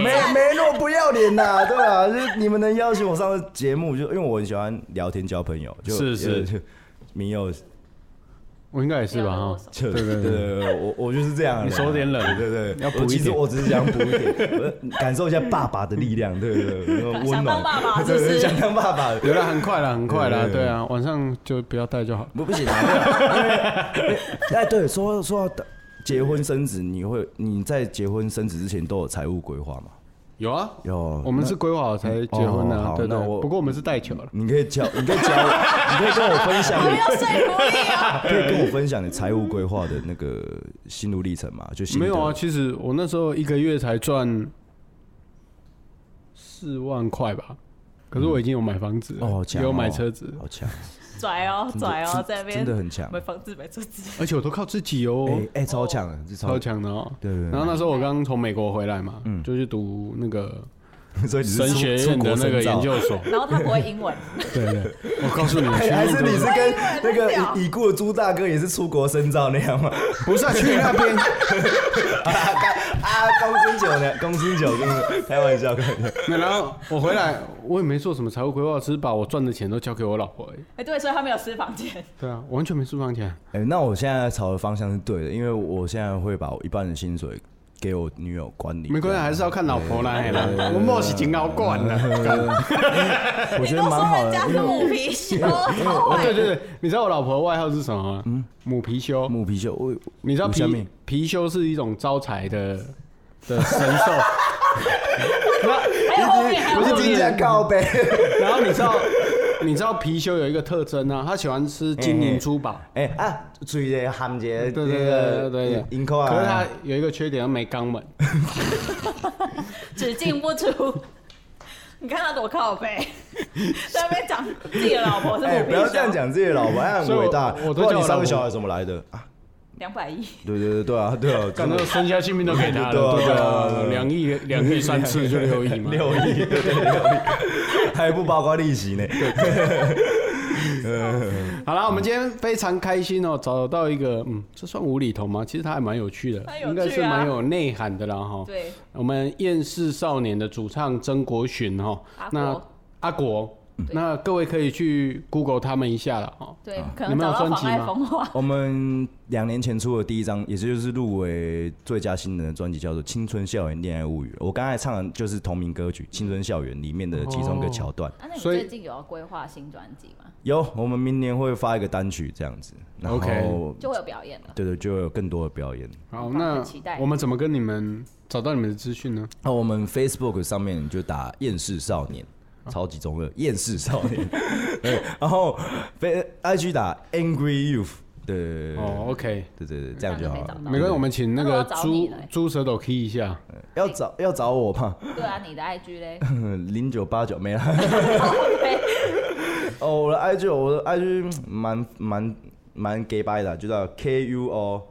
[SPEAKER 3] 没没那么不要脸呐，对吧？就是你们能邀请我上这 [LAUGHS] 节目，就因为我很喜欢聊天交朋友，就是
[SPEAKER 1] 是
[SPEAKER 3] 就民佑
[SPEAKER 1] 我应该也是吧
[SPEAKER 2] 没有
[SPEAKER 1] 哈
[SPEAKER 2] 握手。
[SPEAKER 3] 对对对对，我我就是这样。
[SPEAKER 1] 你手有点冷
[SPEAKER 3] 对对对，
[SPEAKER 1] 要补
[SPEAKER 3] 我其
[SPEAKER 1] 一
[SPEAKER 3] 实
[SPEAKER 1] 点
[SPEAKER 3] 我只是想补一点，我感受一下爸爸的力量，对对对，那个温
[SPEAKER 2] 想当
[SPEAKER 3] 暖。
[SPEAKER 2] 爸爸
[SPEAKER 3] 对
[SPEAKER 2] 是不
[SPEAKER 3] 对，
[SPEAKER 2] 是
[SPEAKER 3] 想当爸爸。
[SPEAKER 1] 有了，很快了，很快了，
[SPEAKER 3] 对对对
[SPEAKER 1] 对啊，晚上就不要带就好。
[SPEAKER 3] 不不行啊！因为因为哎，对，说说到结婚生子，你会你在结婚生子之前都有财务规划吗？
[SPEAKER 1] 有啊，
[SPEAKER 3] 有，
[SPEAKER 1] 我们是规划好才结婚的
[SPEAKER 3] 哦好
[SPEAKER 1] 啊，对对
[SPEAKER 3] 那我。
[SPEAKER 1] 不过我们是带球了，
[SPEAKER 3] 你可以
[SPEAKER 1] [LAUGHS]
[SPEAKER 3] 教，你可以教我，你可以跟我分享
[SPEAKER 2] 好
[SPEAKER 3] 你
[SPEAKER 2] 没有说服力啊！
[SPEAKER 3] [LAUGHS] 可以跟我分享你财务规划的那个心路历程吗？就心得
[SPEAKER 1] 没有啊。，其实我那时候一个月才赚四万块吧，可是我已经有买房子了
[SPEAKER 3] 哦，
[SPEAKER 1] 也
[SPEAKER 3] 强哦
[SPEAKER 1] 有啊买车子，
[SPEAKER 3] 好强，
[SPEAKER 2] 拽哦，拽哦，在那边
[SPEAKER 3] 真的很强，
[SPEAKER 2] 没房子没车子，
[SPEAKER 1] 而且我都靠自己哦，
[SPEAKER 3] 哎哎，超强的，这
[SPEAKER 1] 超，强的哦。
[SPEAKER 3] 对对嗯
[SPEAKER 1] 然
[SPEAKER 3] 对
[SPEAKER 1] 后那时候我刚从美国回来嘛，就去读那个，
[SPEAKER 3] [LAUGHS] 所以你是
[SPEAKER 1] 神
[SPEAKER 3] 出
[SPEAKER 1] 学院的那个研，
[SPEAKER 3] 出国深造
[SPEAKER 1] 究
[SPEAKER 3] [LAUGHS]
[SPEAKER 1] 所。
[SPEAKER 2] 然后他不会英文，
[SPEAKER 1] 对对，我告诉你，
[SPEAKER 3] 哎还是你是
[SPEAKER 1] 去
[SPEAKER 3] 跟
[SPEAKER 1] 哎
[SPEAKER 3] 那
[SPEAKER 2] 我以为很
[SPEAKER 3] 个
[SPEAKER 2] 屌
[SPEAKER 3] 已已故的朱大哥也是出国深造那样吗？
[SPEAKER 1] 不是啊去那
[SPEAKER 3] [LAUGHS]
[SPEAKER 1] 边？
[SPEAKER 3] 啊，公孙九呢？公孙九跟你开玩笑，开玩笑。
[SPEAKER 1] [LAUGHS] 那然后我回来，我也没做什么财务规划，只是把我赚的钱都交给我老婆而已。
[SPEAKER 2] 哎，对，所以他没有私房钱，
[SPEAKER 1] 对啊，我完全没私房钱。
[SPEAKER 3] 哎、那我现在朝的方向是对的，因为我现在会把我一半的薪水给我女友管理。
[SPEAKER 1] 没关系，还是要看老婆
[SPEAKER 3] 啊
[SPEAKER 1] 啦。嘿啦我莫是挺好管的。
[SPEAKER 3] [LAUGHS] 我
[SPEAKER 2] 你
[SPEAKER 3] 觉
[SPEAKER 2] 都
[SPEAKER 3] 得蛮
[SPEAKER 2] 说
[SPEAKER 3] 好
[SPEAKER 2] 人
[SPEAKER 3] 的，
[SPEAKER 2] 家
[SPEAKER 3] 因
[SPEAKER 2] 是
[SPEAKER 3] 为
[SPEAKER 2] 母貔貅，
[SPEAKER 1] 哦
[SPEAKER 2] 好啊
[SPEAKER 3] 啊
[SPEAKER 1] 对
[SPEAKER 2] 坏，
[SPEAKER 1] 对对，你知道我老婆的外号是什么吗？嗯，母貔貅。
[SPEAKER 3] 母貔貅，我
[SPEAKER 1] 你知道
[SPEAKER 3] 母虾
[SPEAKER 1] 貔
[SPEAKER 3] 米
[SPEAKER 1] 貔貅是一种招财的
[SPEAKER 3] [LAUGHS]
[SPEAKER 1] 的神兽。
[SPEAKER 2] 还有后面还有
[SPEAKER 3] 哎我
[SPEAKER 2] 后
[SPEAKER 3] 是金价
[SPEAKER 2] 面，
[SPEAKER 3] 高呗。
[SPEAKER 1] 然后你知道，你知道貔貅有一个特征啊，它喜欢吃金银珠宝。
[SPEAKER 3] [LAUGHS] 哎、啊，嘴的含着那
[SPEAKER 1] 对
[SPEAKER 3] 个
[SPEAKER 1] 对对对对对，
[SPEAKER 3] 银扣啊，
[SPEAKER 1] 可是它有一个缺点，它没肛门。
[SPEAKER 2] 只进不出。你看他多靠
[SPEAKER 3] [LAUGHS]
[SPEAKER 2] 背，在那边讲自己的老婆是母
[SPEAKER 3] 哎、
[SPEAKER 2] 貔貅，
[SPEAKER 3] 不要这样，讲自己的老婆，哎
[SPEAKER 1] 所以
[SPEAKER 3] 很
[SPEAKER 1] 我
[SPEAKER 3] 伟大。
[SPEAKER 1] 我都
[SPEAKER 3] 不知道
[SPEAKER 1] 叫
[SPEAKER 3] 你
[SPEAKER 1] 我
[SPEAKER 3] 三
[SPEAKER 1] 老婆
[SPEAKER 3] 个小孩怎么来的啊？
[SPEAKER 2] 两百亿，
[SPEAKER 3] 对对对对啊，对啊，
[SPEAKER 1] 感
[SPEAKER 3] [LAUGHS] 真
[SPEAKER 1] 觉
[SPEAKER 3] 的
[SPEAKER 1] 身家性命都给他了，
[SPEAKER 3] 对啊
[SPEAKER 1] 对
[SPEAKER 3] 对啊
[SPEAKER 1] 啊，两亿两亿三次就六亿嘛，
[SPEAKER 3] [LAUGHS] 六亿，对对对六亿，还不包括利息呢。
[SPEAKER 1] 好了，我们今天非常开心哦，找到一个，嗯，这算无厘头吗？其实它还蛮有趣的，
[SPEAKER 2] 它有趣啊
[SPEAKER 1] 应该是蛮有内涵的啦哈。
[SPEAKER 2] 对，
[SPEAKER 1] 我们厌世少年的主唱曾国巡哈
[SPEAKER 2] 阿，
[SPEAKER 1] 那
[SPEAKER 2] 国
[SPEAKER 1] 阿国，那各位可以去 Google 他们一下了哈。
[SPEAKER 3] 啊
[SPEAKER 2] 对，可
[SPEAKER 1] 你
[SPEAKER 2] 能
[SPEAKER 1] 们有
[SPEAKER 2] 找到
[SPEAKER 1] 专
[SPEAKER 2] 妨
[SPEAKER 1] 辑
[SPEAKER 2] 碍
[SPEAKER 1] 吗
[SPEAKER 2] 风化。
[SPEAKER 3] 我们两年前出的第一张，也就是入围最佳新人的专辑，叫做《青春校园恋爱物语》。我刚才唱的就是同名歌曲《青春校园》里面的其中一
[SPEAKER 1] 哦
[SPEAKER 3] 个桥段。
[SPEAKER 2] 啊，那你
[SPEAKER 1] 所以
[SPEAKER 2] 最近有要规划新专辑吗？
[SPEAKER 3] 有，我们明年会发一个单曲这样子，然后
[SPEAKER 1] OK
[SPEAKER 2] 就会有表演
[SPEAKER 1] [LAUGHS]
[SPEAKER 2] 了。
[SPEAKER 3] 对对，就会有更多的表演。
[SPEAKER 1] 好，
[SPEAKER 2] 很
[SPEAKER 1] 那
[SPEAKER 2] 期待
[SPEAKER 1] 我们怎么跟你们找到你们的资讯呢？
[SPEAKER 3] 那我们 Facebook 上面就打“厌世少年”。超级中二，厌世少
[SPEAKER 1] [LAUGHS]
[SPEAKER 3] 年。对，然后被 IG 打 Angry Youth，对对对对对
[SPEAKER 1] 哦，OK，
[SPEAKER 3] 对对对，这样就好了。
[SPEAKER 1] 没关系，我们请那
[SPEAKER 2] 那我
[SPEAKER 1] 个
[SPEAKER 2] 要找你
[SPEAKER 1] 猪
[SPEAKER 2] 了欸
[SPEAKER 1] 猪舌头 key 一下。
[SPEAKER 3] 要找要找我吗？ [LAUGHS]
[SPEAKER 2] 对啊，你的
[SPEAKER 1] [LAUGHS]
[SPEAKER 2] IG 嘞？
[SPEAKER 3] 零九八九没了。 [LAUGHS]
[SPEAKER 2] 对
[SPEAKER 3] 哦，我的 IG 我的 IG 蛮蛮蛮 gay 掰的啊，就叫 K U O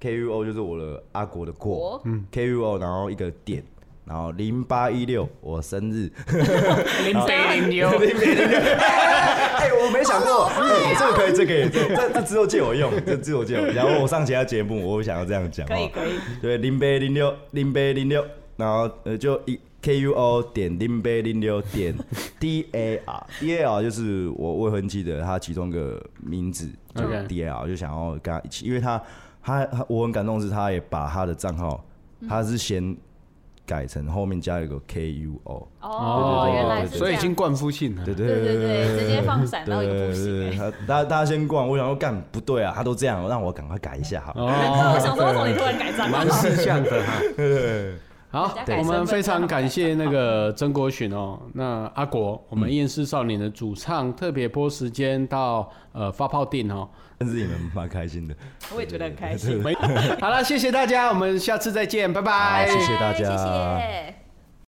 [SPEAKER 3] K U O 就是我的阿国的国，
[SPEAKER 2] 国
[SPEAKER 3] 嗯，K U O 然后一个点，然后零八一六我生日，
[SPEAKER 1] 零杯零牛
[SPEAKER 3] 零零零六，哎，我没想过，哎这个可以，这个可以，这这这只有借我用，这只有借我，然后我上其他节目，我想要这样讲，
[SPEAKER 2] 可以
[SPEAKER 3] 哦
[SPEAKER 2] 可以，
[SPEAKER 3] 对，零杯零六，零杯零六，然后呃就一 K U O 点零杯零六点 D A R D A R 就是我未婚妻的她其中一个名字，就
[SPEAKER 1] OK
[SPEAKER 3] D A R 就想要跟她一起，因为她她她我很感动的是她也把她的账号，她是先改成后面加一个 K U O，
[SPEAKER 2] 哦，原来是
[SPEAKER 1] 所
[SPEAKER 2] 这
[SPEAKER 1] 以已经
[SPEAKER 2] 样。
[SPEAKER 1] 冠夫姓了。
[SPEAKER 3] 对对
[SPEAKER 2] 对对对，直接放闪到一个不行
[SPEAKER 3] 对
[SPEAKER 2] 哎。
[SPEAKER 3] 她大家大家先逛，我想说干不对啊，她都这样，让我赶快改一下哈。
[SPEAKER 2] [LAUGHS] 我
[SPEAKER 1] 哦，
[SPEAKER 2] 想说，为什么你突然改账
[SPEAKER 1] 蛮
[SPEAKER 2] 号？
[SPEAKER 1] 识相的 [LAUGHS] 哈。好
[SPEAKER 2] 人家改，
[SPEAKER 1] 我
[SPEAKER 2] 身份
[SPEAKER 1] 们非常感谢那个曾国巡哦，那阿国，我们厌世少年的主唱，特别播时间到呃发泡定哦。
[SPEAKER 3] 但是你们蛮开心的，
[SPEAKER 2] 我也
[SPEAKER 1] [LAUGHS]
[SPEAKER 2] 觉得很开心。
[SPEAKER 1] 好了，谢谢大家，我们下次再见，拜拜。
[SPEAKER 3] 谢谢大家
[SPEAKER 2] 谢谢。